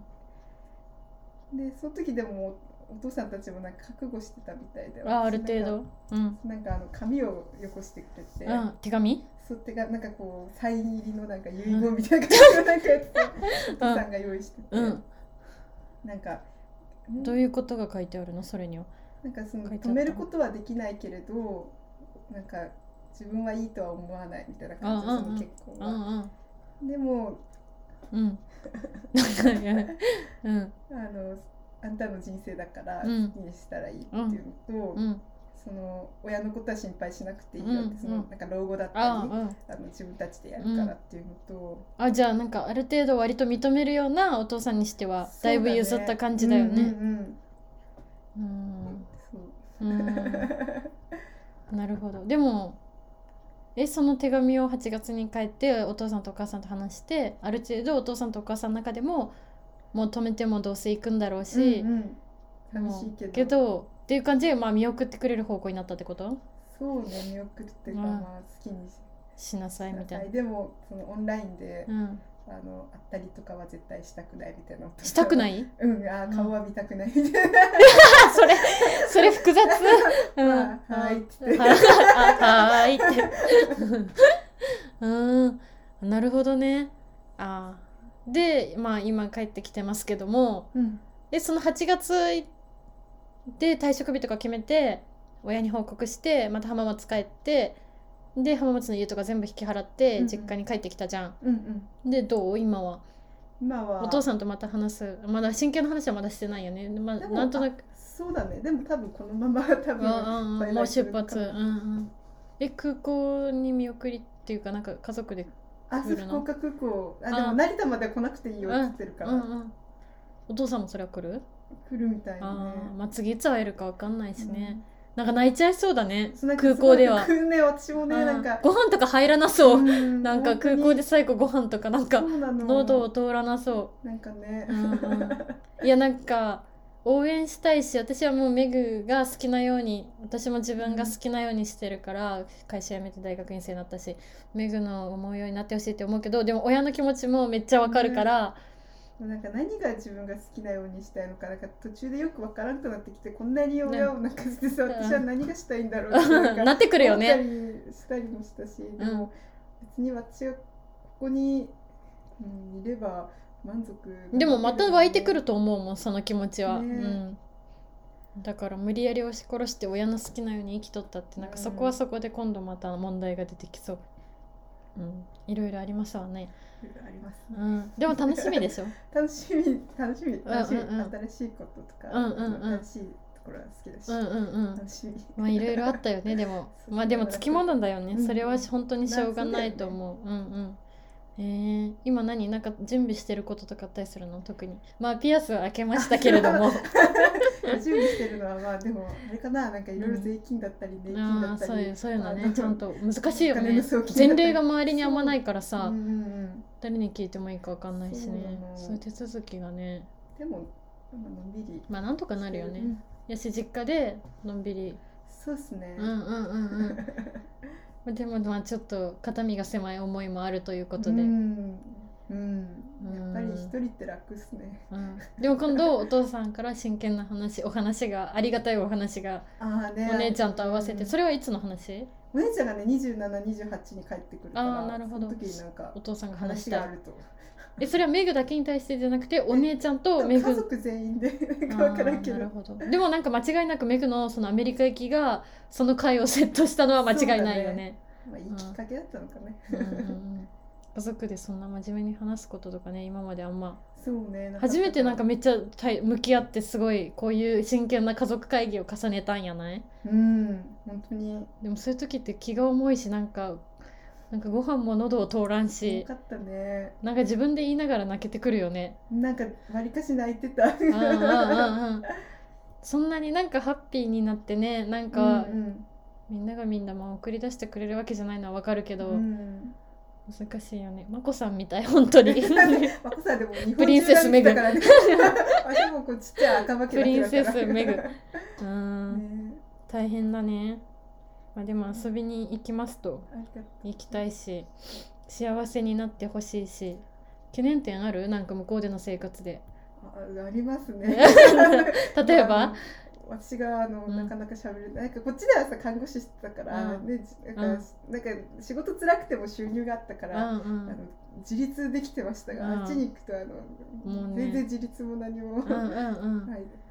S3: でその時でもお父さんたちもなんか覚悟してたみたいで
S2: あある
S3: 私
S2: 程
S3: な
S2: 度
S3: んか、
S2: うん
S3: なんかあの紙をよこしてくれて、
S2: うん、手紙、
S3: そうってがなんかこうサイン入りのなんか遺言みたいな感じのなんかやつをお父さんが用意してて、
S2: うん、
S3: なんか
S2: どういうことが書いてあるのそれには
S3: なんかそ
S2: 書
S3: の
S2: いてあった
S3: 止めることはできないけれどなんか自分はいいとは思わないみたいな感じで
S2: うん
S3: そ
S2: うん
S3: の
S2: うんう
S3: 結婚は。
S2: ん
S3: でも
S2: うんうん うん
S3: あのあんたの人生だから
S2: う
S3: 好
S2: ん
S3: きにしたらいいっていうのと、
S2: うん
S3: その親のことは心配しなくていいよって、
S2: うん
S3: その
S2: うん
S3: なんか老後だったり
S2: あ
S3: あ
S2: うん
S3: の自分たちでやるからっていうのと、
S2: あじゃあなんかある程度割と認めるようなお父さんにしては
S3: そう
S2: だ
S3: ね
S2: いぶ譲った感じだよね。
S3: うんうん
S2: う
S3: うん
S2: ん
S3: そう
S2: うんなるほどでもえその手紙を8月に書いてお父さんとお母さんと話してある程度お父さんとお母さんの中でももう止めてもどうせ行くんだろうし、
S3: うんうん寂
S2: も
S3: しいうけど
S2: けどっていう感じで、まあ、見送ってくれる方向になったってこと
S3: そうね見送って
S2: うん
S3: まあまあ好きにし
S2: しなさい
S3: な
S2: みた
S3: さ
S2: い
S3: いでもそのオンラインで、
S2: な。うん、
S3: あの会ったりとかは絶対したくないみたいな
S2: したくないい
S3: うんあ
S2: う
S3: ー
S2: ん
S3: 顔は見たくないみたいな
S2: あそれそれ複雑。うん、
S3: まあ はいって
S2: はははいって。うん、なるほどね。あーで、まあ今帰ってきてますけども、
S3: うん
S2: でその8月で退職日とか決めて、親に報告して、また浜松帰って、で浜松の家とか全部引き払って
S3: うんうん
S2: 実家に帰ってきたじゃん。
S3: うんうん
S2: でどう今は
S3: 今は
S2: お父さんとまた話すまだ真剣な話はまだしてないよね。まあ
S3: でも
S2: なんとなく。
S3: そうだねでも多分このまま多分
S2: うんうんうん、
S3: 再
S2: もう
S3: 来す
S2: 出
S3: るか
S2: 発、うんうん、え空港に見送りっていうかなんか家族で、
S3: あ
S2: 来
S3: そう
S2: るの
S3: 福岡空港あで
S2: あ
S3: も成田までは来なくていいよって言ってる
S2: う
S3: か
S2: ん
S3: ら、
S2: うん、お父さんもそれは来る、
S3: 来るみたい
S2: あ
S3: な
S2: あまあ次いつ会えるかわかんないしね、なんか泣いちゃいそうだね
S3: そうなんか
S2: 空港では、
S3: すごいね私も
S2: う
S3: ね
S2: ん
S3: なんか
S2: ご飯とか入らなそう、
S3: ん
S2: なんか空港で最後ご飯とかなんか
S3: そうなの
S2: 喉を通らなそ
S3: なんかね
S2: う、うん うん、 いやなんか応援したいし私はもうメグが好きなように私も自分が好きなようにしてるから、会社辞めて大学院生になったしメグの思うようになってほしいって思うけどでも親の気持ちもめっちゃわかるから、
S3: なんか何が自分が好きなようにしたいのかなんか途中でよくわからなくなってきてこんなに親を泣かせてさ、
S2: ね
S3: 私は何がしたいんだろう ってなんか
S2: なってくるよね。
S3: 思ったりしたりもしたし、でも別に私がここに、うん、いれば満足
S2: でもまた湧いてくると思うもんその気持ちは、
S3: ね
S2: うん、だから無理やり押し殺して親の好きなように生きとったってなんかそこはそこで今度また問題が出てきそう、うん、いろいろありますわね、
S3: あります
S2: うん、でも楽しみでしょ
S3: 楽しみ楽しみ楽しみ、
S2: うんうん
S3: 新しいこととか、
S2: うんうんうん
S3: 新しいところが好きだし、
S2: うんうんうん
S3: 楽しみ
S2: まあいろいろあったよねでも
S3: そう
S2: まあでもつきものだよね、
S3: うん
S2: それは本当にしょうがないと思う、うんうんえー、今何なんか準備してることとかあったりするの特にまあピアスは開けましたけれど も
S3: 準備してるのはまあでもあれかななんかいろいろ税金だったり年金だ
S2: あ
S3: っ
S2: あ
S3: た
S2: そうい
S3: り
S2: うそういうの
S3: ま
S2: ね
S3: あ
S2: ちゃんと難しいよ
S3: お金
S2: ね
S3: の送金だったり
S2: 前例が周りにあんまないからさ、
S3: うんうんうん
S2: 誰に聞いてもいいか分かんないしね
S3: そうなの
S2: そういう手続きがね
S3: でもまあのんびり
S2: まあなんとかなるよね、
S3: うん
S2: やし実家でのんびり
S3: そうですね、
S2: うんうんうんうんまあでもまあちょっと肩身が狭い思いもあるということで、
S3: うん、うん
S2: うん
S3: やっぱり一人って楽っすね。
S2: うんでも今度お父さんから真剣な話お話がありがたいお話が
S3: ああ
S2: お
S3: ね。
S2: 姉ちゃんと合わせてそ
S3: れ
S2: れはいつの話
S3: お姉ちゃんがね二十七二十八に帰ってくるから。
S2: あーなるほど
S3: その時になんか
S2: お父さんが話し
S3: 話
S2: た
S3: があ
S2: い
S3: ると。
S2: えそれはメグだけに対してじゃなくてお姉ちゃんとメ
S3: 家
S2: グ
S3: 族全員で
S2: あ
S3: なんか
S2: ー
S3: わからんけ
S2: なる
S3: ど。
S2: ほどでもなんか間違いなくメグのそのアメリカ行きがその回をセットしたのは間違いないよね
S3: まあいいきっかけだったのかね。
S2: うんうんうん家族でそんな真面目に話すこととかね今まであんま
S3: そうねなかったら
S2: 初めてなんかめっちゃ対向き合ってすごいこういう真剣な家族会議を重ねたんやない
S3: うん本当に
S2: でもそういう時って気が重いしなんかなんかご飯も喉を通らん
S3: よ
S2: し
S3: かったね
S2: なんか自分で言いながら泣けてくるよね
S3: なんかわりかし泣いてた
S2: うんうんうんうんそんなになんかハッピーになってねなんか、
S3: うん
S2: みんながみんなまあ送り出してくれるわけじゃないのはわかるけ
S3: う
S2: ど、
S3: んうん
S2: 難しいよねまこさんみたい本 当にプ
S3: まあ、さでも日
S2: プ
S3: 本
S2: リンセスメグ
S3: 中 が見てたからね私もこうちっちゃい赤ばけだ
S2: リ
S3: け
S2: ン
S3: だか
S2: セ
S3: ら
S2: スメグ うー
S3: ね
S2: ん大変だね、まあ、でも遊びに行きますと
S3: ありがとう
S2: 行きたいし幸せになってほしいし懸念点あるなんか向こうでの生活 で
S3: ああります ね
S2: 例え
S3: まああの
S2: ば
S3: 私があの、
S2: うん
S3: なかなか喋れないなんかこっちではさ看護師してたから、
S2: うん
S3: ねじなんかなんか仕事辛くても収入があったか
S2: う
S3: ら、
S2: んう
S3: あの
S2: ん
S3: 自立できてましたが、
S2: うん
S3: あっちに行くとあの、
S2: もうね
S3: 全然自立も何
S2: うん
S3: も、
S2: うん
S3: は
S2: うん
S3: い、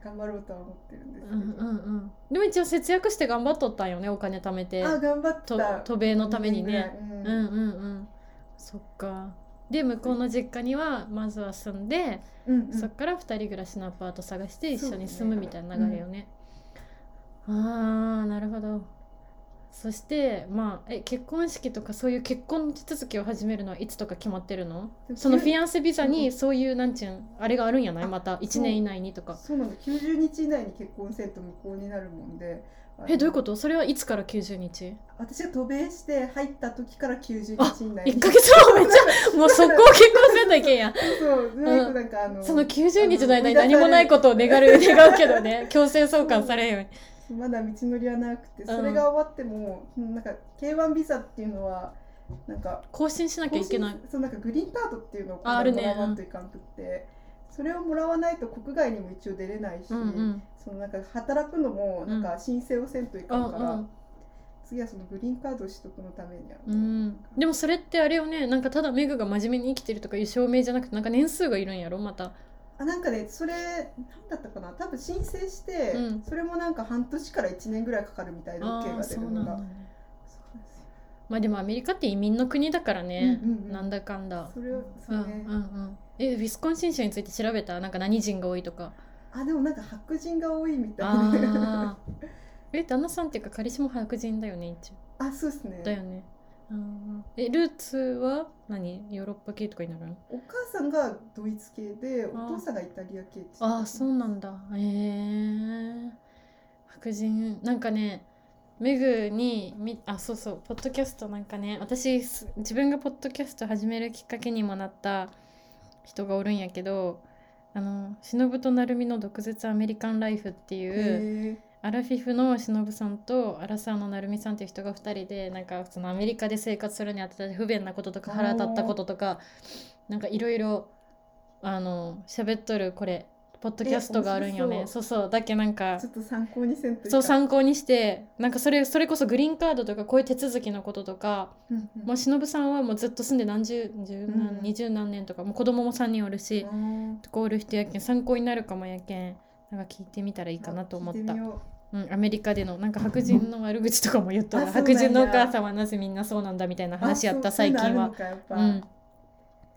S3: 頑張ろうとは思ってるんですけ
S2: う
S3: ど、
S2: んうんうんでも一応節約して頑張っとったんよねお金貯めて
S3: あ頑張った
S2: と渡米のためにね、
S3: 二
S2: う
S3: 年
S2: ん
S3: ぐら
S2: う
S3: い
S2: んうんそっかで向こうの実家にはまずは住んで、
S3: うんうんうん
S2: そっから2人暮らしのアパート探して一緒に
S3: そ
S2: 住
S3: うね
S2: むみたいな流れよね、ああなるほどそしてまあえ結婚式とかそういう結婚手続きを始めるのはいつとか決まってるのそのフィアンセビザにそういうなんちゅうんあれがあるんやないまた1年以内にとか
S3: そうなんだ90日以内に結婚せんと無効になるもんであの
S2: えどういうことそれはいつから90日
S3: 私が渡米して入った時から90日以内に
S2: 1ヶ月後めっちゃもうそこを結婚せんといけんや
S3: そううまいことなんかあの
S2: その90日の間に何もないことを願う願うけどね強制送還されんように
S3: まだ道のりはなくて
S2: ん
S3: それが終わっても、なんか K1 ビザっていうのはなんか
S2: 更新しなきゃいけない
S3: 更新そうなんかグリーンカードっていうのをこ
S2: ああ
S3: の
S2: る
S3: も
S2: ね
S3: らわんといかんくって、それをもらわないと国外にも一応出れないし、
S2: うんうん
S3: そのなんか働くのもなんか申請をせんといかんから、
S2: うん
S3: 次はそのグリーンカード取得のためには、
S2: うんでもそれってあれよねなんかただメグが真面目に生きてるとかいう証明じゃなくてなんか年数がいるんやろまた
S3: あなんかねそれ何だったかな多分申請して、
S2: うん
S3: それもなんか半年から1年ぐらいかかるみたいな
S2: あ
S3: OK
S2: あ
S3: が出
S2: そう
S3: る
S2: な
S3: の
S2: んだ
S3: が
S2: ね
S3: そうですよ
S2: まあでもアメリカって移民の国だからね、
S3: うんうんうん
S2: なんだかんだ
S3: それを
S2: う
S3: そ
S2: ん
S3: う
S2: う
S3: ね、
S2: んうんえウィスコンシン州について調べたなんか何人が多いとか
S3: あでもなんか白人が多いみたいな
S2: ああえ旦那さんっていうか彼氏も白人だよね一応
S3: あそうですね
S2: だよね。うんえルーツは何ヨーロッパ系とかになるの
S3: お母さんがドイツ系でお
S2: ー
S3: 父さんがイタリア系って
S2: ああそうなんんだへえ白人なんかねメグにみあそうそうポッドキャストなんかね私す自分がポッドキャスト始めるきっかけにもなった人がおるんやけどあの忍と成海の「毒舌アメリカン・ライフ」っていう。
S3: へ
S2: アラフィフのしのぶさんとアラサーのなるみさんっていう人が2人でなんかそのアメリカで生活するにあたって不便なこととか腹立ったこととかなんかいろいろあの喋っとるこれポッドキャストがあるんよ
S3: え
S2: ね
S3: 面
S2: そうそうだけなん
S3: え
S2: か
S3: ちょっと参考にせんといかん
S2: そう参考にしてなんかそれそれこそグリーンカードとかこういう手続きのこととか
S3: うんうん
S2: もうしのぶさんはもうずっと住んで何十十
S3: うん
S2: 何二十何年とかもう子供も3人おるし
S3: あー
S2: ゴール人やけん参考になるかもやけんなんか聞いてみたらいいかなと思っ
S3: 聞いて
S2: た
S3: み。よ
S2: うん、アメリカでのなんか白人の悪口とかも言っと
S3: あ
S2: る
S3: そうなん
S2: 白
S3: や
S2: 人のお母さんはなぜみんなそうなんだみたいな
S3: う
S2: 話やっ
S3: あ
S2: た
S3: そう
S2: 最近は。
S3: そういうのあるのか
S2: う
S3: やっ
S2: ん、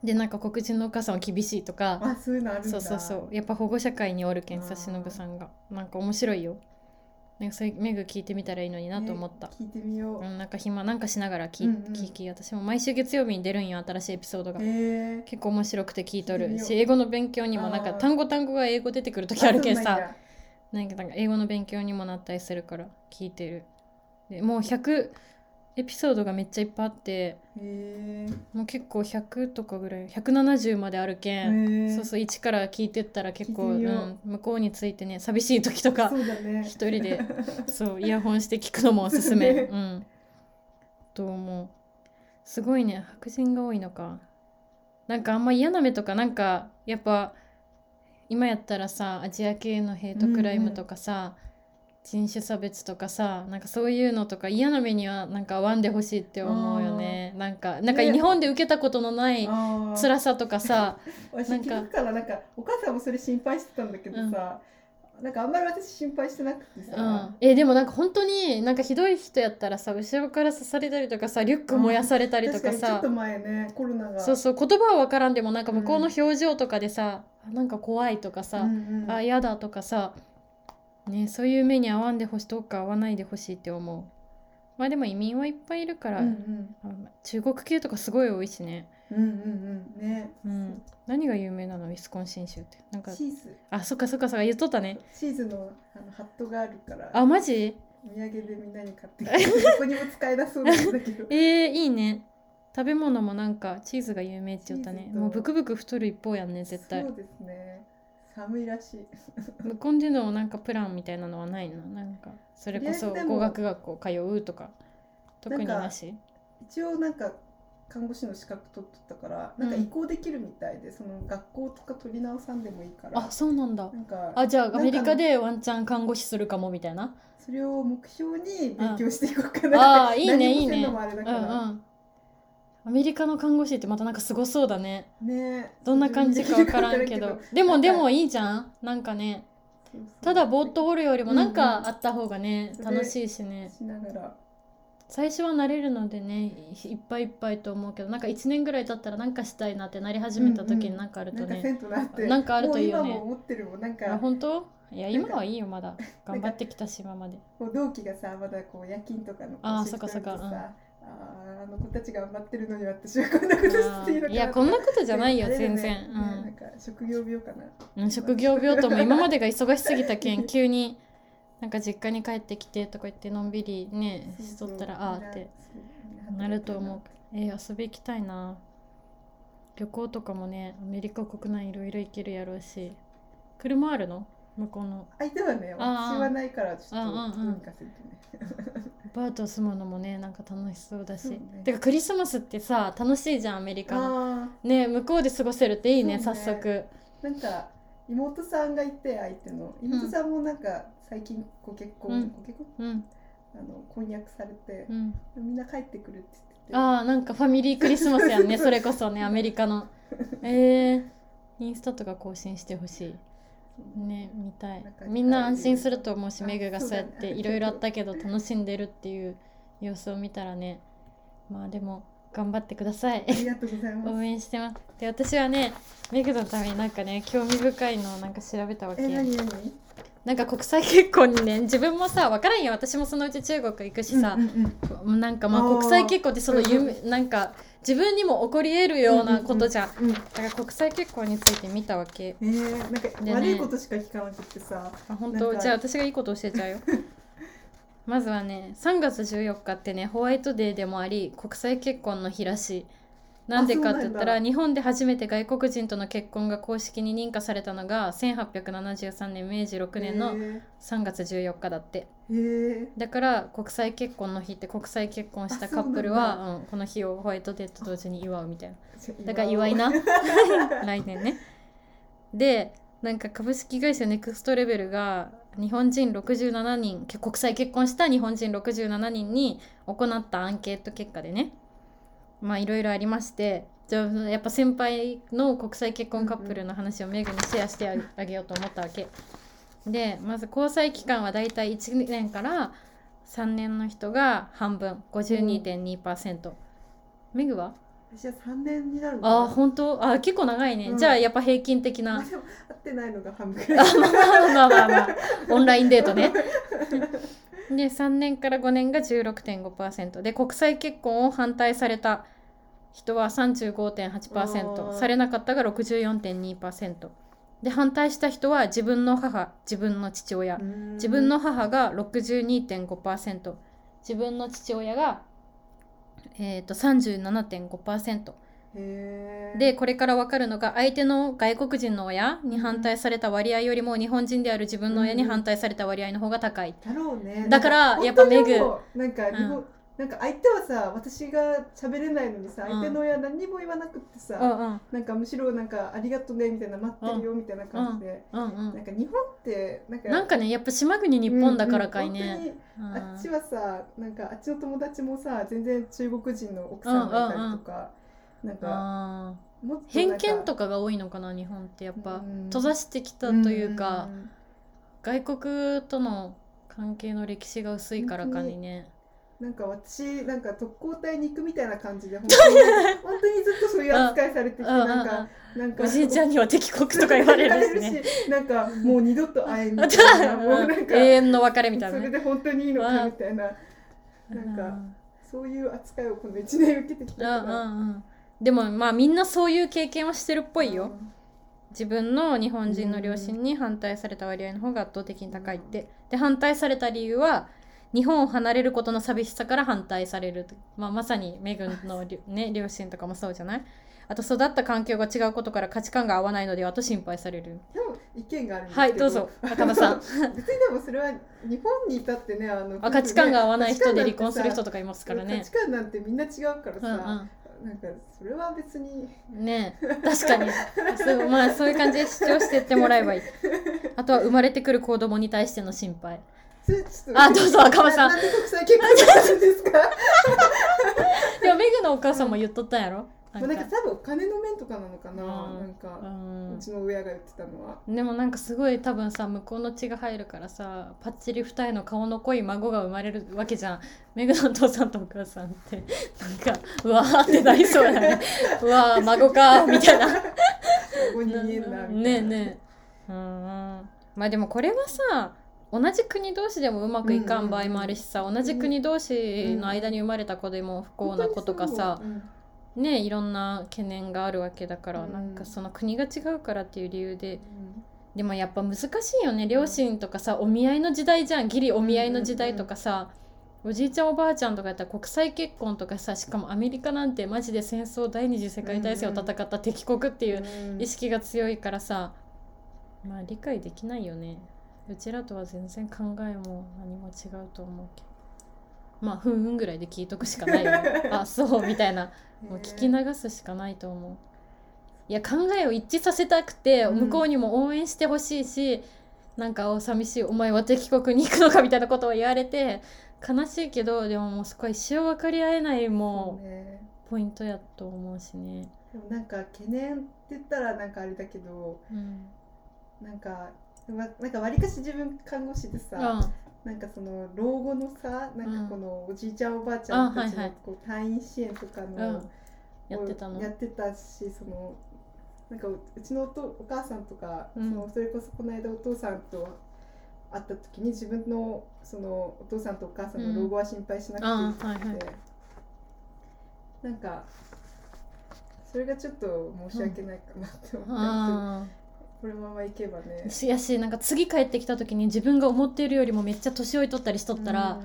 S2: でなんか黒人のお母さんは厳しいと
S3: ぱ、
S2: か
S3: あそういうのあるんだ
S2: そうそうそうやっぱ保護者会におるけん
S3: あ
S2: さ
S3: ー
S2: しのぶさんがなんか面白いよなんかそういうメグ聞いてみたらいいのになと思った、
S3: ね聞いてみよ
S2: う
S3: う、
S2: ん、なんか暇なんかしながら聞,、
S3: うんうん
S2: 聞き私も毎週月曜日に出るんよ新しいエピソードが、
S3: へえ
S2: 結構面白くて聞いと
S3: 聞いて
S2: る
S3: みよう
S2: し英語の勉強にもなんか
S3: あー
S2: 単語単語が英語出てくる時あるけんさなんかなんか英語の勉強にもなったりするから聞いてるでもう100エピソードがめっちゃいっぱいあって
S3: へ
S2: もう結構100とかぐらい170まである
S3: え
S2: けん、
S3: ー
S2: そうそう1から聞いてったら結構、う、
S3: 聞いてみようん
S2: 向こうについてね寂しい時とか
S3: そうだね
S2: 一人 でそうイヤホンして聞くのもおすすめ、
S3: そうね
S2: うんと思うすごいね白人が多いのかなんかあんま嫌な目とかなんかやっぱ今やったらさアジア系のヘイトクライムとかさ、人種差別とかさなんかそういうのとか嫌な目にはなんか遭わんでほしいって思うよねなんかなんか
S3: ね
S2: 日本で受けたことのない
S3: あー
S2: 辛さとかさ、
S3: 私
S2: なん
S3: 聞
S2: か
S3: くからなんかお母さんもそれ心配してたんだけどさ、なんかあんまり私心配してなくてさ、
S2: うん、えでもなんか本当になんかひどい人やったらさ後ろから刺されたりとかさリュック燃やされたりと
S3: 確か
S2: か
S3: にちょ
S2: さ
S3: っと前ねコロナが
S2: そうそう言葉は分からんでもなんか向こうの
S3: うん
S2: 表情とかでさ、あなんか怖いとかさ、
S3: うんうん
S2: あ嫌だとかさ、ね、そういう目に遭わんでほしいとか遭わないでほしいって思うまあでも移民はいっぱいいるから、
S3: うんうん
S2: あ中国系とかすごい多いしね、
S3: うんうんうんね、
S2: うん、何が有名なのウィスコンシン州ってなんか
S3: シーズ
S2: あそっかそっかそっか言っとったね
S3: シーズのあのハットがあるから
S2: あマジ
S3: お土産でみんなに買ってきてどこにも使えなそうなんだけど
S2: えー、 いいね食べ物もなんかチーズが有名って言った
S3: チ
S2: ね
S3: ーズと
S2: もうブクブク太る一方やんね絶対
S3: そうですね寒いらしい
S2: 向こうでのなんかプランみたいなのはないのなんかそれこそ
S3: とりあえずでも
S2: 語学学校通うとか特になし
S3: 一応なんか看護師の資格取っとったから
S2: う
S3: なんんか移行できるみたいで、その学校とか取り直さんでもいいから
S2: あそうなんだ
S3: なんか
S2: あじゃあアメリ
S3: な
S2: カ
S3: んか
S2: でワンチャン看護師するかもみたいな
S3: それを目標に勉強していこうか
S2: あ
S3: な
S2: ーいいね
S3: 何もせんのもあれ
S2: うん
S3: だ
S2: う
S3: から
S2: んアメリカの看護師ってまたなんかすごそうだね
S3: ね
S2: どんな感じかわからんけ
S3: わ
S2: ど
S3: か
S2: でもで
S3: なん
S2: もいいじゃんなんかね
S3: そうそう
S2: ただぼーっとおるよりもなん
S3: うんう
S2: か
S3: ん
S2: あった方がね
S3: それ
S2: 楽しいしね
S3: しながら
S2: 最初は慣れるのでねいいっぱいいっぱいと思うけどなんか1年ぐらい経ったらなんかしたいなってなり始めた時
S3: うんう
S2: に
S3: ん
S2: なんかある
S3: な
S2: と
S3: んか
S2: ね
S3: せんとなって
S2: なんかあるといいよね
S3: もう今も思ってるもんなん
S2: あ
S3: か
S2: 本当いや
S3: なんか
S2: 今はいいよまだ頑張ってきたし今まで
S3: こう同期がさまだこう夜勤とかの
S2: あー
S3: シフト
S2: そっかそっか
S3: でさあーあの子たちが頑張ってるのに私はこんなことしていいのか
S2: いやこんなことじゃないよ
S3: あれだね
S2: 全然
S3: ね
S2: うん
S3: なんか職業病かな
S2: うん職業病とも今までが忙しすぎたけん急になんか実家に帰ってきてとか言ってのんびりねしとったらああーってなると思うえー遊び行きたいな旅行とかもねアメリカ国内いろいろ行けるやろうし車あるの向こうの
S3: 相手はね
S2: あー
S3: 私はないからちょっと
S2: うんうんうん
S3: どうにかするとね
S2: バート住むのもねなんか楽しそうだし、
S3: そうね
S2: てかクリスマスってさ楽しいじゃんアメリカの
S3: あ
S2: ね向こうで過ごせるっていいね
S3: そう
S2: 早
S3: ね
S2: 速
S3: ーなんか妹さんがいて相手の妹さんもなんか最近ご結婚、
S2: うん
S3: ご結婚
S2: うん
S3: あの婚約されて
S2: う、ん
S3: みんな帰ってくるって言ってて
S2: ああなんかファミリークリスマスやんねそれこそねアメリカ のえー、インスタとか更新してほしいね見たいみんな安心すると思うし
S3: あ
S2: メグがそうやっ
S3: そう
S2: て
S3: だね
S2: いろいろあったけど楽しんでるっていう様子を見たらねまあでも頑張ってください
S3: ありがとうございます
S2: 応援してますで私はねメグのためになんかね興味深いのをなんか調べたわけ
S3: え、何何
S2: なんか国際結婚にね自分もさ分からんよ私もそのうち中国行くしさ、
S3: うんうんうん
S2: なんかまあ
S3: あー
S2: 国際結婚ってその夢、なんか自分にも起こり得るようなことじゃん,、
S3: うん、
S2: だから国際結婚について見たわけ
S3: えー、なんか
S2: ね
S3: 悪いことしか聞かなくてさ、
S2: あ本
S3: な
S2: 当
S3: んか
S2: じゃあ私がいいこと教えちゃう よまずはね3月14日ってねホワイトデーでもあり国際結婚の日らしいなんでかって言った
S3: そうな
S2: ら
S3: ん
S2: 日本で初めて外国人との結婚が公式に認可されたのが1873年明治6年の
S3: え
S2: 3月14日だって
S3: ー、え
S2: だから国際結婚の日って国際結婚したカップル
S3: あそう
S2: は、うん、この日をホワイトデーと同時に祝うみたいな
S3: ー、
S2: だから祝いな来年ねでなんか株式会社ネクストレベルが日本人67人け国際結婚した日本人67人に行ったアンケート結果でねまあいろいろありましてじゃあやっぱ先輩の国際結婚カップルの話をメグにシェアしてああげようと思ったわけでまず交際期間はだいたい1年から3年の人が半分52.2%、メグは
S3: 私は三年になるの
S2: あー本当あー結構長いね、
S3: うん
S2: じゃあやっぱ平均的
S3: あ
S2: な
S3: でも会ってないのが半分くらい
S2: まあまあまあまあオンラインデート ねで3年から5年が16.5%で国際結婚を反対された人は
S3: あ
S2: 35.8%
S3: ー
S2: されなかったが64.2%で反対した人は自分の母自分の父親、自分の母が62.5%自分の父親が、えー、と37.5%で
S3: で
S2: これから分かるのが相手の外国人の親に反対された割合よりも日本人である自分の親に反対された割合の方が高い。
S3: だろうね
S2: だから
S3: なん
S2: やっぱメグ
S3: 本当に思うなんか日本、
S2: う
S3: なんか相手はさ私が喋れないのにさ
S2: うん
S3: 相手の親何にも言わなくってさ、
S2: うんうん
S3: なんかむしろなんかありがとうねみたいな待ってるよみたいな感じで、
S2: うんう
S3: なん
S2: ん
S3: か日本ってなんか
S2: なんかねやっぱ島国日本だからかい
S3: うんうん
S2: ね。
S3: 本当にあっち
S2: う
S3: はさなんかあっちの友達もさ全然中国人の奥さんがいたりとか、
S2: ん
S3: なんか
S2: あー
S3: もっとなん
S2: 偏
S3: か
S2: 見とかが多いのかな日本ってやっぱ
S3: うん
S2: 閉ざしてきたという
S3: う
S2: か
S3: ん
S2: 外国との関係の歴史が薄いからかにね
S3: なんか私なんか特攻隊に行くみたいな感じで 本当に本当にずっとそういう扱いされてきてなんかなんか
S2: おじいちゃんには敵国とか言われる しね
S3: なんかもう二度と会えんみたいなもうなん か
S2: 永遠の別れみたいな
S3: それ
S2: ね
S3: で本当にいいのかみたいななん
S2: う
S3: か
S2: ん
S3: そういう扱いをこの一年受けてきた
S2: うん
S3: から
S2: うんうんでもまあみんなそういう経験はしてるっぽいよ、自分の日本人の両親に反対された割合の方が圧倒的に高いって、で反対された理由は日本を離れることの寂しさから反対される、まあ、まさにメグの りょ、ね、両親とかもそうじゃないあと育った環境が違うことから価値観が合わないのではと心配される
S3: でも意見があるんですけど
S2: はいどうぞ中野さん
S3: 別にでもそれは日本にいたってねあの
S2: あ価値観が合わない人で離婚する人
S3: で
S2: とかいます
S3: す
S2: からね
S3: 価値観なんてみんな違うからさ、
S2: うんうん
S3: なんかそれは別に
S2: ねえ確かにそう,、まあ、そういう感じで主張してってもらえばいいあとは生まれてくる子供に対しての心配
S3: それちょっ
S2: あどうぞ赤間さん
S3: ななんで国際結婚になったんですか
S2: でもメグのお母さんも言っとったんやろ
S3: まあなんか多分お金の面とかなのかな、
S2: うん
S3: なん
S2: う
S3: か、うんちの親が言ってたのは
S2: でもなんかすごい多分さ向こうの血が入るからさパッチリ二重の顔の濃い孫が生まれるわけじゃんメグのお父さんとお母さんってなんかうわーってなりそうだねうわー孫かーみたいな
S3: ここに見えんなみたいな
S2: ねえねえうんうんまあでもこれはさ同じ国同士でもうまくいかん場合もあるしさ、同じ国同士の間に生まれた子でも不幸な子とかさ、
S3: 本
S2: ねえいろんな懸念があるわけだから、
S3: うん
S2: なんかその国が違うからっていう理由
S3: 当
S2: で
S3: にそう、うん
S2: でもやっぱ難しいよね両親とかさお見合いの時代じゃんギリお見合いの時代とかさ、おじいちゃんおばあちゃんとかやったら国際結婚とかさしかもアメリカなんてマジで戦争第二次世界大戦を戦った敵国っていう
S3: うん
S2: 意識が強いからさまあ理解できないよねうちらとは全然考えも何も違うと思うけどまあふんふんぐらいで聞いとくしかないよ あそうみたいなもう聞き流すしかないと思ういや考えを一致させたくて
S3: うん
S2: 向こうにも応援してほしいし、なんかお寂しいお前は敵国に行くのかみたいなことを言われて悲しいけどでももうそこは一生分かり合えない
S3: そう
S2: も
S3: ね
S2: うポイントやと思うしね。
S3: でもなんか懸念って言ったらなんかあれだけど
S2: うん、
S3: なんかわなんかわりかし自分看護師でさ、
S2: あ
S3: なんかその老後のさなんかこのおじいちゃんおばあちゃんたち
S2: あはい
S3: の
S2: はい
S3: こう退院支援とか
S2: う
S3: の
S2: んやってたの
S3: やってたしそのなんかううちのおとお母さんとか、
S2: うん
S3: そのそれこそこの間お父さんと会った時に自分のそのお父さんとお母さんの老後は心配しな
S2: あ
S3: くて
S2: はい
S3: いい
S2: は
S3: って、なんかそれがちょっと申し訳ないかなって思ったり
S2: あ
S3: する、このままいけばね
S2: あ。しやしなんか次帰ってきた時に自分が思っているよりもめっちゃ年老いとったりしとったら、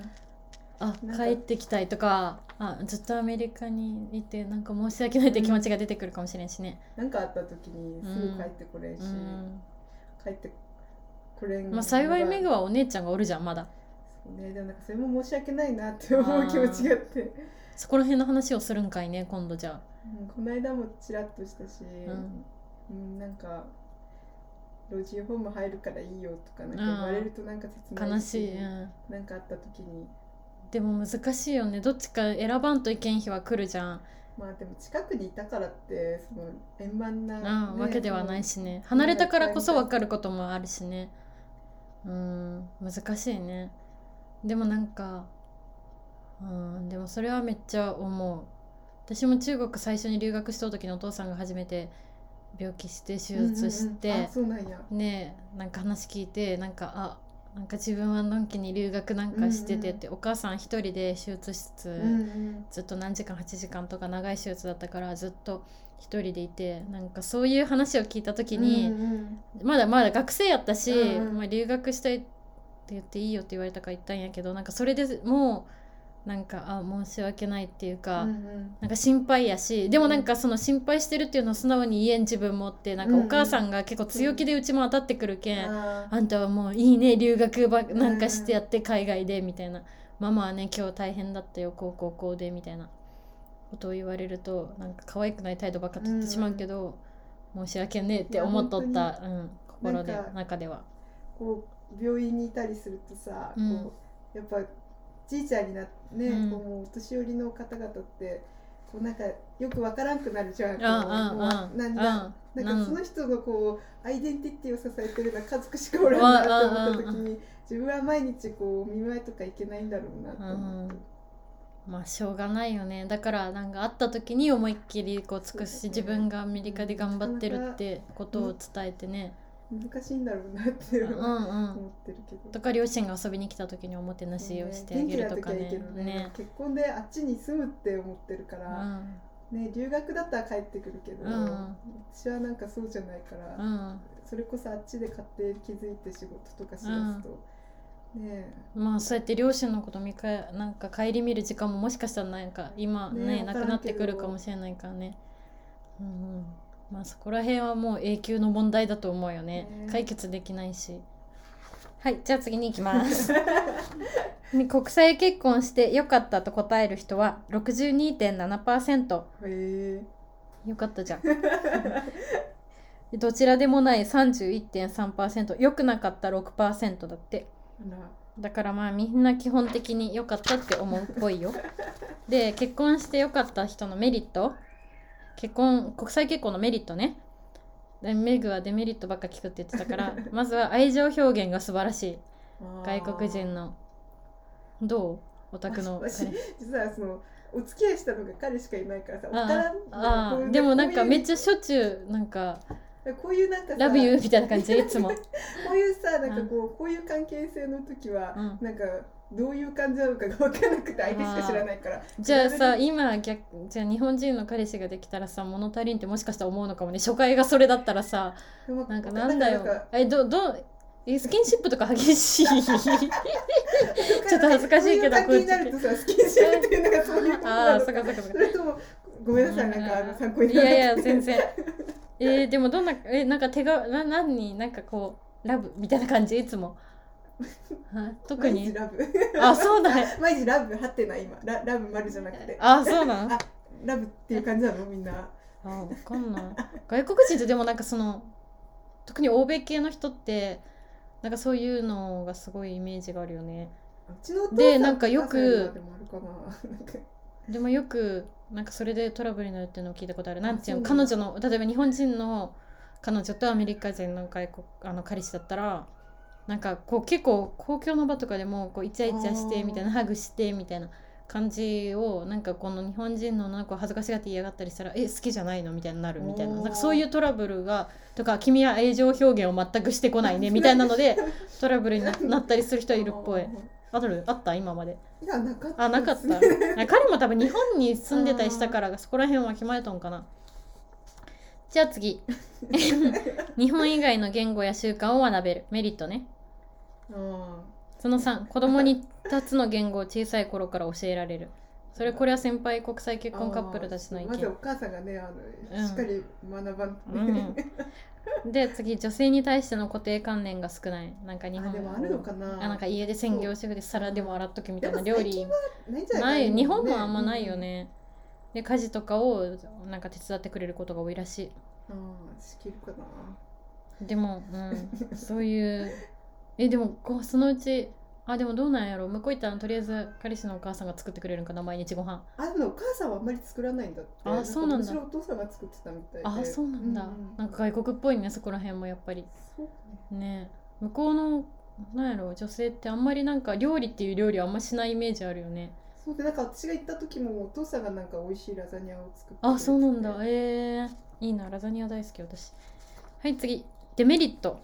S2: あ
S3: なんか
S2: 帰ってきたいとかあずっとアメリカにいてなんか申し訳ないって気持ちが出てくるかもしれんしね、
S3: なんかあった時にすぐ帰ってこれんし、
S2: うん
S3: 帰ってこれん
S2: まあ、幸い
S3: のが
S2: メグはお姉ちゃんがおるじゃんまだ
S3: そうねでもなんかそれも申し訳ないなって思う気持ちがあって、
S2: そこら辺の話をするんかいね今度じゃ
S3: うんこの間もちらっとしたし、
S2: あ、うん
S3: うんなんか老人ホーム入るからいいよとかなんか言われるとなんか切な
S2: 悲
S3: い
S2: しい、うん
S3: なんかあった時に
S2: でも難しいよねどっちか選ばんといけん日は来るじゃん、
S3: まあでも近くにいたからってその円満な、
S2: うん
S3: ね
S2: わけではないしね
S3: その
S2: 離れたからこそ分かることもあるしねうん難しいねでもなんかうんでもそれはめっちゃ思う私も中国最初に留学した時のお父さんが初めて病気して手術して、
S3: うんうんうんあそうなんや
S2: ねえなんか話聞いてなんかあなんか自分はのんきに留学なんかしててって、お母さん一人で手術室、
S3: うんうん
S2: ずっと何時間8時間とか長い手術だったからずっと一人でいてなんかそういう話を聞いた時に、
S3: うんうん
S2: まだまだ学生やったし、
S3: うんうん
S2: まあ、留学したいって言っていいよって言われたから言ったんやけどなんかそれでもうなんかあ申し訳ないっていうか。
S3: うんうん
S2: なんか心配やしでもなんかその心配してるっていうのを素直に言えん自分もってなんか
S3: うん
S2: お母さんが結構強気でうちも当たってくるけん、
S3: あー
S2: あんたはもういいね留学ばなんかしてやって海外でみたいな、ママはね今日大変だったよこうこうこうでみたいなことを言われるとなんか可愛くない態度ばっか取ってしまうけど、申し訳ねえって思っとった、うん、心で
S3: なんか
S2: 中では。
S3: こう病院にいたりするとさ、
S2: うん
S3: こうやっぱじいちゃんになってね、
S2: うん
S3: こうお年寄りの方々ってこうなんかよくわからんくなるじゃん。こ
S2: うんうん
S3: うなんだ
S2: う
S3: なんんかその人のこうアイデンティティを支えてるのは家族しかおらんなと思った時に自分は毎日こうお見舞いとか行けないんだろうなと思って。
S2: まあしょうがないよねだからなんか会った時に思いっきりこう尽く
S3: そう
S2: し、
S3: だね
S2: 自分がアメリカで頑張ってるってことを伝えてね、
S3: 難しいんだろうなっていう
S2: う
S3: のは
S2: んうん
S3: 思ってるけど。
S2: とか両親が遊びに来た時におもてなしをしてあげるとかね
S3: 元気な時はいいけど
S2: ね
S3: 結婚であっちに住むって思ってるか
S2: う
S3: ら、
S2: ん
S3: ね、留学だったら帰ってくるけど、
S2: うん
S3: 私はなんかそうじゃないから、
S2: うん
S3: それこそあっちで家庭築いて仕事とかしだすと、ね
S2: まあそうやって両親のこと見かなんか顧みる時間ももしかしたらなんか今ね
S3: ね
S2: なくなってくるかもしれないからね、うんうん、まあそこら辺はもう永久の問題だと思うよね
S3: ね
S2: 解決できないしはいじゃあ次に行きますね 国際結婚してよかったと答える人は62.7%
S3: えへえ
S2: よか ったじゃんどちらでもない31.3%良くなかった6%だって
S3: あら
S2: だからまあみんな基本的に良かったって思うっぽい よ。で結婚して良かった人のメリット結婚国際結婚のメリットねでメグはデメリットばっか聞くって言ってたから まずは愛情表現が素晴らしい
S3: あー
S2: 外国人のどうお宅の彼
S3: 私実はそのお付き合いしたのが彼しかいないからさ分からん
S2: あ
S3: こ うい
S2: ー
S3: う
S2: でもなんかめっ
S3: ゃ
S2: ちゃしょっちゅうなんか
S3: こういうなんか
S2: 「
S3: さ
S2: ラブユー」みたいな感 じいつも
S3: こういうさなんかこう、こういう関係性の時は、
S2: う
S3: なんかどういう感じなのかが分からなくて相手しか知らないから
S2: じゃあさ
S3: 比
S2: 今逆じゃあ日本人の彼氏ができたらさ物足りんってもしかしたら思うのかもね初回がそれだったらさ
S3: べる
S2: なんかなんだよ
S3: なんか。
S2: え、ど、ど、え、スキンシップとか激し い。ちょっと恥ずかしいけど
S3: こういう関係になるとさ、スキンシップっていうの がそういうこと
S2: あ
S3: な
S2: あ、
S3: の
S2: そ
S3: か
S2: っ。かそっかそっ
S3: そ
S2: か。
S3: れとも、ごめんなさい、なんかあの参考に
S2: い
S3: ならな
S2: やいや、
S3: くて
S2: 全然。えーでもどんな、え、なんか手が、な、何に、なんかこう、ラブみたいな感じ、いつも。あ特
S3: 毎日
S2: に。
S3: ラブ。
S2: あ、そうだね。
S3: 毎日ラブ、はってない、今。ララブ丸じゃなくて。
S2: あ、そうなの。あ
S3: あラブっていう感じなのみんな。、
S2: わかんない。外国人ってでもなんかその、特に欧米系の人って、なんかそういうのがすごいイメージがあるよね。
S3: うちのお父さん
S2: でなんかよく
S3: そういうのでもあるかななんか
S2: でもよくなんかそれでトラブルになるっていうのを聞いたことあるなんていうの
S3: そうな
S2: 彼
S3: んだ
S2: 女の例えば日本人の彼女とアメリカ人の外国あの彼氏だったらなんかこう結構公共の場とかでもこうイチャイチャして
S3: あー
S2: みたいなハグしてみたいな感じをなんかこの日本人の女の子恥ずかしがって嫌がったりしたらえ好きじゃないのみたいになるみたいな
S3: おー
S2: なんかそういうトラブルがとか君は愛情表現を全くしてこないねみたいなのでトラブルにななったりする人いるっぽいあるあった今まで
S3: いや、なかった。
S2: あなかった 彼も多分日本に住んでたりしたからそこら辺は決まれとんかなじゃあ 次日本以外の言語や習慣を学べるメリットね
S3: うん
S2: その3子供に2つの言語を小さい頃から教えられるそれこれは先輩国際結婚カップルたちの意
S3: まずお
S2: 見、
S3: 母さんがねあの、
S2: ん
S3: しっかり学ばんとね、
S2: うん、で次女性に対しての固定観念が少ないなんか日
S3: あ
S2: 本
S3: でもあるのかな
S2: あなんか家で専業主婦で皿でも洗っとけみたいな
S3: でも
S2: 料
S3: 最
S2: 理
S3: 近ないんじゃ
S2: な
S3: ない
S2: い日本もあんまないよ、ね、で家事とかをなんか手伝ってくれることが多いらし
S3: うんうん、しきるかない
S2: でも、 うん、そういうえでもこうそのうちあでもどうなんやろ向こう行ったらとりあえず彼氏のお母さんが作ってくれるんかな毎日ご飯
S3: あでもお母さんはあんまり作らないんだって
S2: あそうなんだ
S3: むしろお父さんが作ってたみたいで
S2: あそうなんだ、なんか外国っぽいねそこら辺もやっぱり
S3: そう
S2: ね向こうのなんやろ女性ってあんまりなんか料理っていう料理はあんましないイメージあるよね
S3: そうでなんか私が行った時もお父さんがなんか美味しいラザニアを作ってくれて
S2: あそうなんだえー、いいなラザニア大好き私はい次デメリット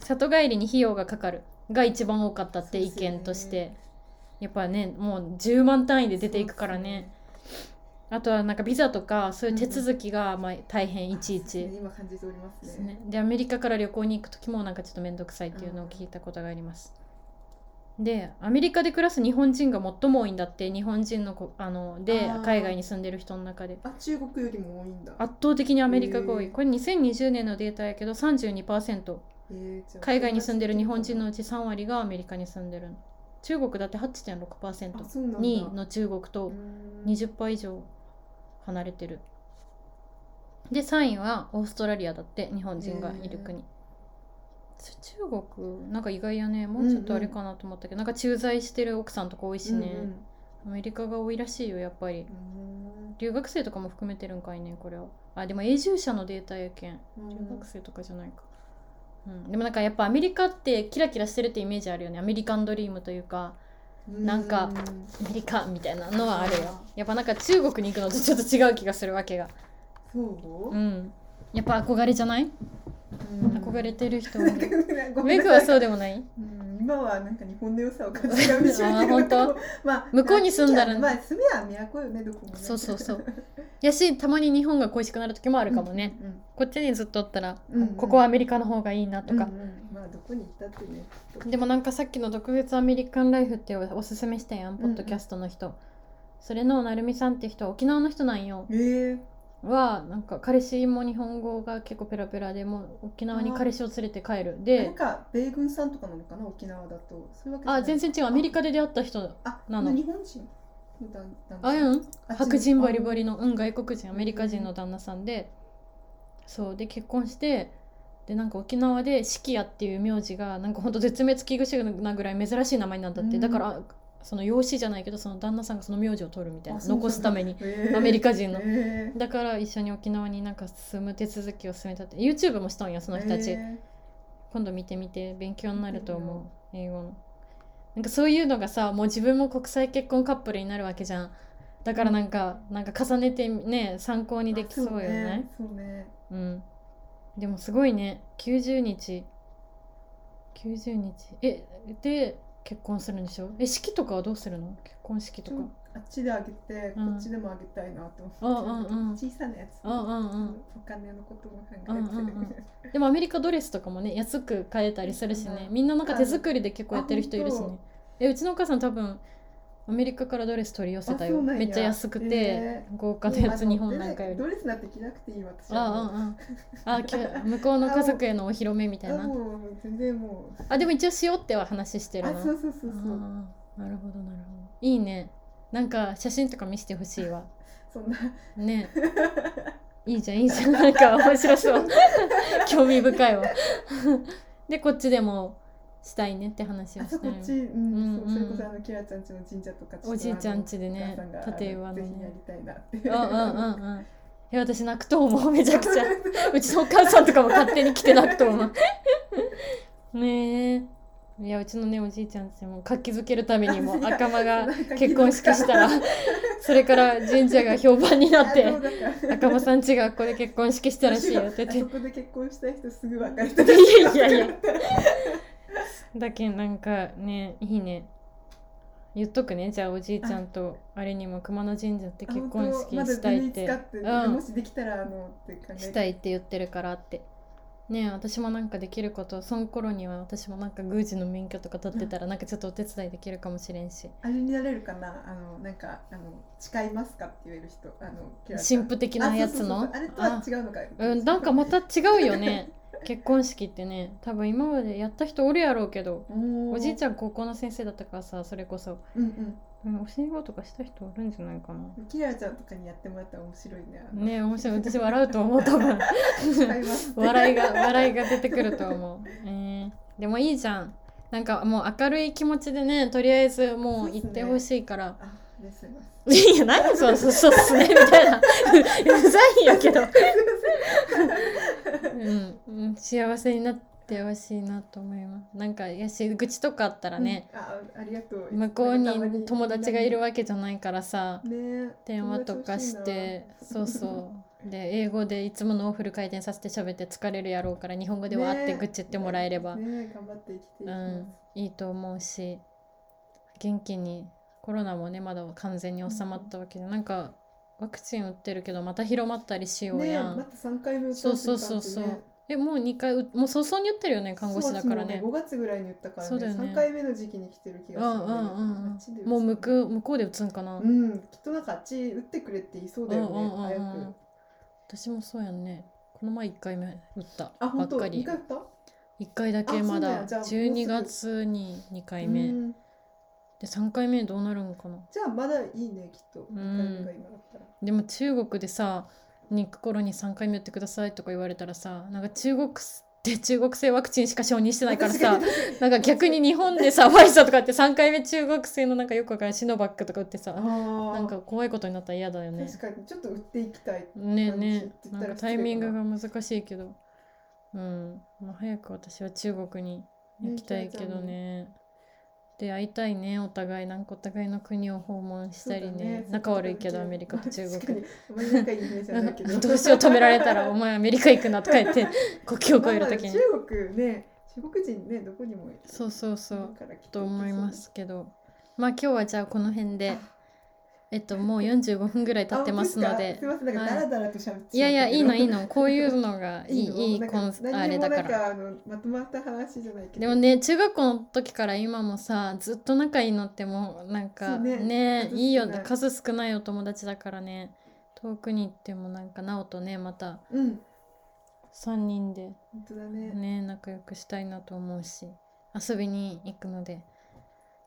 S2: 里帰りに費用がかかるが一番多かったって意見とし
S3: そうです
S2: て、やっぱねもう10万単位で出ていくからねあとはなんかビザとかそういう手続きがまあ大変いちい
S3: そうです
S2: ち
S3: ね今感じております
S2: で
S3: ね
S2: すねでアメリカから旅行に行く時もなんかちょっと面倒くさいっていうのを聞いたことがありますでアメリカで暮らす日本人が最も多いんだって日本人のこあので
S3: あー
S2: 海外に住んでる人の中で
S3: あ中国よりも多いんだ
S2: 圧倒的にアメリカが多
S3: へ
S2: い
S3: ー
S2: これ2020年のデータやけど32%
S3: えーじゃあ
S2: 海外に住んでる日本人のうち3割がアメリカに住んでる中国だって8.6%
S3: あそうなんだ
S2: 2の中国
S3: う
S2: と
S3: ん
S2: 20以上離れてるで3位はオーストラリアだって日本人がいる国そ中国なんか意外やねもうちょっとあれかなと思ったけど、なんか駐在してる奥さんとか多いしね、
S3: うん
S2: アメリカが多いらしいよやっぱり
S3: うんうん
S2: 留学生とかも含めてるんかいねこれはあでも永住者のデータやけん
S3: う
S2: 留
S3: ん
S2: 学生とかじゃないか、うん、でもなんかやっぱアメリカってキラキラしてるってイメージあるよねアメリカンドリームというかなんかアメリカみたいなのはあるよやっぱなんか中国に行くのとちょっと違う気がするわけが
S3: そ
S2: う、
S3: う
S2: んやっぱ憧れじゃない
S3: うん
S2: 憧れてる 人もいる
S3: ごめ
S2: メ
S3: ん
S2: グ
S3: な
S2: は
S3: さい
S2: そうでも ない
S3: うん今はなんか日本の良さを感じられてしまって
S2: あー
S3: る
S2: 本当
S3: まあ
S2: 向こうに住んだら
S3: まあ住めは都よねどこもね
S2: そうそうそう。やしたまに日本が恋しくなる時もあるかもね。
S3: うん
S2: こっちにずっとおったら、
S3: うんうん
S2: ここはアメリカの方がいいなとか。
S3: うんうんまあどこに行ったってね
S2: でもなんかさっきの「独別アメリカンライフ」っておすすめしたやん、
S3: ん
S2: ポッドキャストの人。それのなるみさんって人は沖縄の人なんよ。
S3: えー、
S2: はなんか彼氏も日本語が結構ペラペラでもう沖縄に彼氏を連れて帰る。
S3: な
S2: で
S3: ん、か米軍さんとかなのかな沖縄だとそういうわけじゃない
S2: あ、全然違う。アメリカで出会った人。
S3: あ
S2: なの
S3: 日本人の旦旦那
S2: あ、
S3: さん
S2: うん。
S3: あ
S2: 白人バリバリの、
S3: の
S2: うん、外国人アメリカ人の旦那さんで、そうで結婚してでなんか沖縄で四季屋っていう名字がなんかほんと絶滅危惧種なぐらい珍しい名前なんだって、
S3: うん
S2: だからその養子じゃないけどその旦那さんがその名字を取るみたいな
S3: あそうなんだ
S2: 残すためにア
S3: ア
S2: メリカ人の、
S3: えー
S2: だから一緒に沖縄になんか住む手続きを進めたって YouTube もしたんやその人たち、
S3: え
S2: 今度見てみて勉強になると思う英語のなんかそういうのがさもう自分も国際結婚カップルになるわけじゃんだからなんかなんか重ねてね参考
S3: ー
S2: にできそうよね
S3: あそうね
S2: うんでもすごいね90日90日えで結婚するんでしょえ式とかはどうするの結婚式と
S3: そうねち
S2: か
S3: ょあっちであげてこ
S2: うん
S3: っちでもあげたいなと
S2: うん
S3: 思って、
S2: うんうん
S3: 小さなやつ、
S2: うんうんうん
S3: お金のことも考えて、
S2: うんうんうんでもアメリカドレスとかもね安く買えたりするしねみんななんか手作りで結構やってる人いるし
S3: あ
S2: ね
S3: 本
S2: えうちのお母さん多分アメリカからドレス取り寄せた
S3: あ
S2: よ
S3: そうなんや
S2: めっちゃ安くて、
S3: へ
S2: 豪華なやつ
S3: もう
S2: 日本なんかより
S3: ドレスなんて着なくていい私
S2: ああ
S3: はもう
S2: ああああきゅ向こうの家族へのお披露目みたい
S3: あ
S2: な
S3: もう全然もう
S2: あでも一応しようっては話してる
S3: あ
S2: な
S3: そうそうそうそう
S2: ああなるほどなるほどいいねなんか写真とか見せてほしいわ
S3: そんな
S2: ねいいじゃんいいじゃんなんか面白そう 興味深いわでこっちでもしたいねって話を
S3: あそ
S2: し
S3: こ
S2: た
S3: っち、うん
S2: うんうん
S3: そうそれこそあのキラちゃんちの神社とか
S2: おじいちゃん家でね立
S3: 立
S2: 岩
S3: 岩
S2: の
S3: の
S2: ね
S3: ぜひやりたいなって
S2: うん うんうんうんえ私泣くと思う めちゃくちゃうちのお母さんとかも勝手に来て泣くと思う ねえいやうちのねおじいちゃんちも活気づけるためにも赤間が結婚式したらそれから神社が評判に な って赤間さんちがここで結婚式したらしいよって言って
S3: あそこで結婚した人すぐ別れた
S2: いやいやいやだけんなんかねいいね言っとくねじゃあおじいちゃんとあれにも熊野神社って
S3: あ
S2: 結婚式したいって,、
S3: 本当まだ全然使って、
S2: うん
S3: もしできたらあのって考えて
S2: したいって言ってるからってねえ私もなんかできることその頃には私もなんか宮司の免許とか取ってたらなんかちょっとお手伝いできるかもしれんし
S3: あれになれるかなあのなんかあの誓いますかって言える人あのキラちゃん
S2: 神父的なやつの
S3: あそうそうそうあれとは違うのか
S2: あうんなんかまた違うよね結婚式ってね多分今までやった人おるやろうけどお
S3: お
S2: じいちゃ
S3: ゃ
S2: ん高校の先生だったからさそれこそ、
S3: んうん
S2: うん、お教え子とかした人おるんじゃないかな
S3: うんキラちゃんとかにやってもらったら面白いねあの
S2: ねえ面白い私笑うと思う多分
S3: 誓いますって
S2: 笑 いが笑いが出てくると思う、えーでもいいじゃんなんかもう明るい気持ちでねとりあえずもう行ってほしいから、
S3: あありがとうございます
S2: いや何そうそうそうっすねみたいないやうざいんやけ ど、うんうん、幸せになってほしいなと思いますなんかやし愚痴とかあったらね、
S3: うん。あ、ありがとう。
S2: 向こうに友達がいるわけじゃないからさ
S3: ねえ。
S2: 電話とかしてそうそうで英語でいつものをフル回転させて喋って疲れるやろうから日本語でわーって愚痴ってもらえれば、
S3: ねえ。ねえ頑張って生きていき
S2: う
S3: ます。
S2: ん、いいと思うし元気にコロナもねまだ完全に収まったわけで、なんかワクチン打ってるけどまた広まったりしよう
S3: ねえ、
S2: やん、
S3: また三回目打
S2: そうそうそうそうえもう2回うもう早々に打ってるよね看護師だからね
S3: 5月ぐらいに打ったから
S2: そう
S3: ね
S2: だよね
S3: 3回目の時期に来てる気
S2: う
S3: がする
S2: んう
S3: んだけ
S2: ん
S3: ど
S2: うん
S3: あっちで打
S2: う
S3: つ
S2: んもう向く向こうで打つんかな、
S3: うんきっとなんかあっち打ってくれって言いそうだよね
S2: うんうんうんうん
S3: 早く
S2: 私もそうやんねこの前1回目打った
S3: あ
S2: ば
S3: 本
S2: っ
S3: 当
S2: か
S3: 2
S2: り
S3: 回打った
S2: 1回だけ
S3: あそ
S2: ま
S3: うなん
S2: だ
S3: やじゃあもうすぐ
S2: 12月に2回目、
S3: うん
S2: で3回目どうなるんかな
S3: じゃあまだいいねきっと2回目が今だったら
S2: でも中国でさに行く頃に3回目打ってくださいとか言われたらさなんか中国って中国製ワクチンしか承認してないから
S3: 確
S2: さ
S3: に
S2: なんか逆に日本で さファイザーとかって3回目中国製のなんかよくわからんシノバックとか打ってさ
S3: な
S2: なんか怖いことになったら嫌だよね
S3: 確かにちょっと売っていきたい
S2: ねえね
S3: って
S2: え
S3: 言
S2: なんから
S3: った失礼かな
S2: タイミングが難しいけどうん、まあ、早く私は中国に行きたいけどねで会いたいねお互いなんかお互いの国を訪問したり
S3: そう
S2: ね
S3: だ
S2: 仲悪いけどアメリカと中
S3: 確か
S2: 国
S3: にあまり仲いいイメージはないけ ど
S2: どうしよう止められたら「お前アメリカ行くな」とか言 って国境を越える
S3: まあまあ
S2: 時に
S3: 中国ね中国人ねどこにもいる
S2: そうそうそう
S3: からきっ
S2: と思いますけどまあ今日はじゃあこの辺でえっともう45分ぐらい経ってますの
S3: あ
S2: です
S3: いませんなんか
S2: は
S3: ダ
S2: い
S3: ラダラとしゃべって
S2: いやいやいいのいい
S3: の
S2: のこういうの がいいいいコンあれだから
S3: なんかあのまとまった話じゃないけど
S2: でもね中学校の時から今もさずっと仲いいのってもうなんか
S3: そうね
S2: ね
S3: 数少ない
S2: いよ数少ないお友達だからね遠くに行ってもなんか直とねまた
S3: うん
S2: 3人で
S3: 本当だね
S2: ね仲良くしたいなと思うし遊びに行くので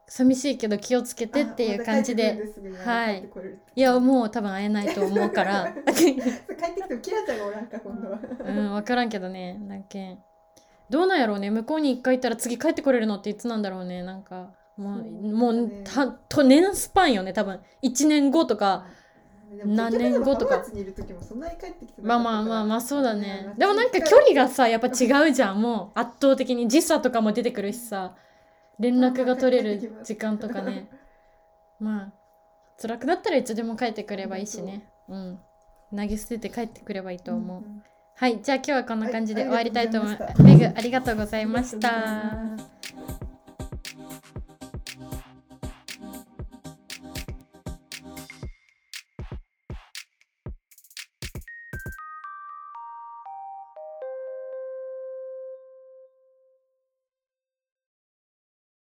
S2: 寂しいけど気をつけてっていう感じ
S3: あま
S2: で
S3: た帰ってくるんすぐ
S2: はい
S3: 帰ってこれる
S2: いやもう多分会えないと思うから
S3: 帰ってきてもキラちゃんがおらんか今 度は
S2: うん分からんけどねなんけんどうなんやろうね向こうに一回行ったら次帰ってこれるのっていつなんだろうねなんかもう,、
S3: そう
S2: もう
S3: ね
S2: たと年スパンよね多分1年後とか
S3: でも
S2: 何年後とか
S3: 結局でも浜松にいる時もそんなに帰ってきてな
S2: ま
S3: か
S2: あ
S3: ったか
S2: ま
S3: ら
S2: あまあまあそうだね
S3: ね
S2: でもなんか距離がさやっぱ違うじゃんもう圧倒的に時差とかも出てくるしさ連絡が取れる時間とか ねまあ辛くなったらいつでも帰ってくればいいしねうん投げ捨てて帰ってくればいいと思う、
S3: んん
S2: はい、じゃあ今日はこんな感じで終わりたいと思います。
S3: はい
S2: メグ、ありがとうございました。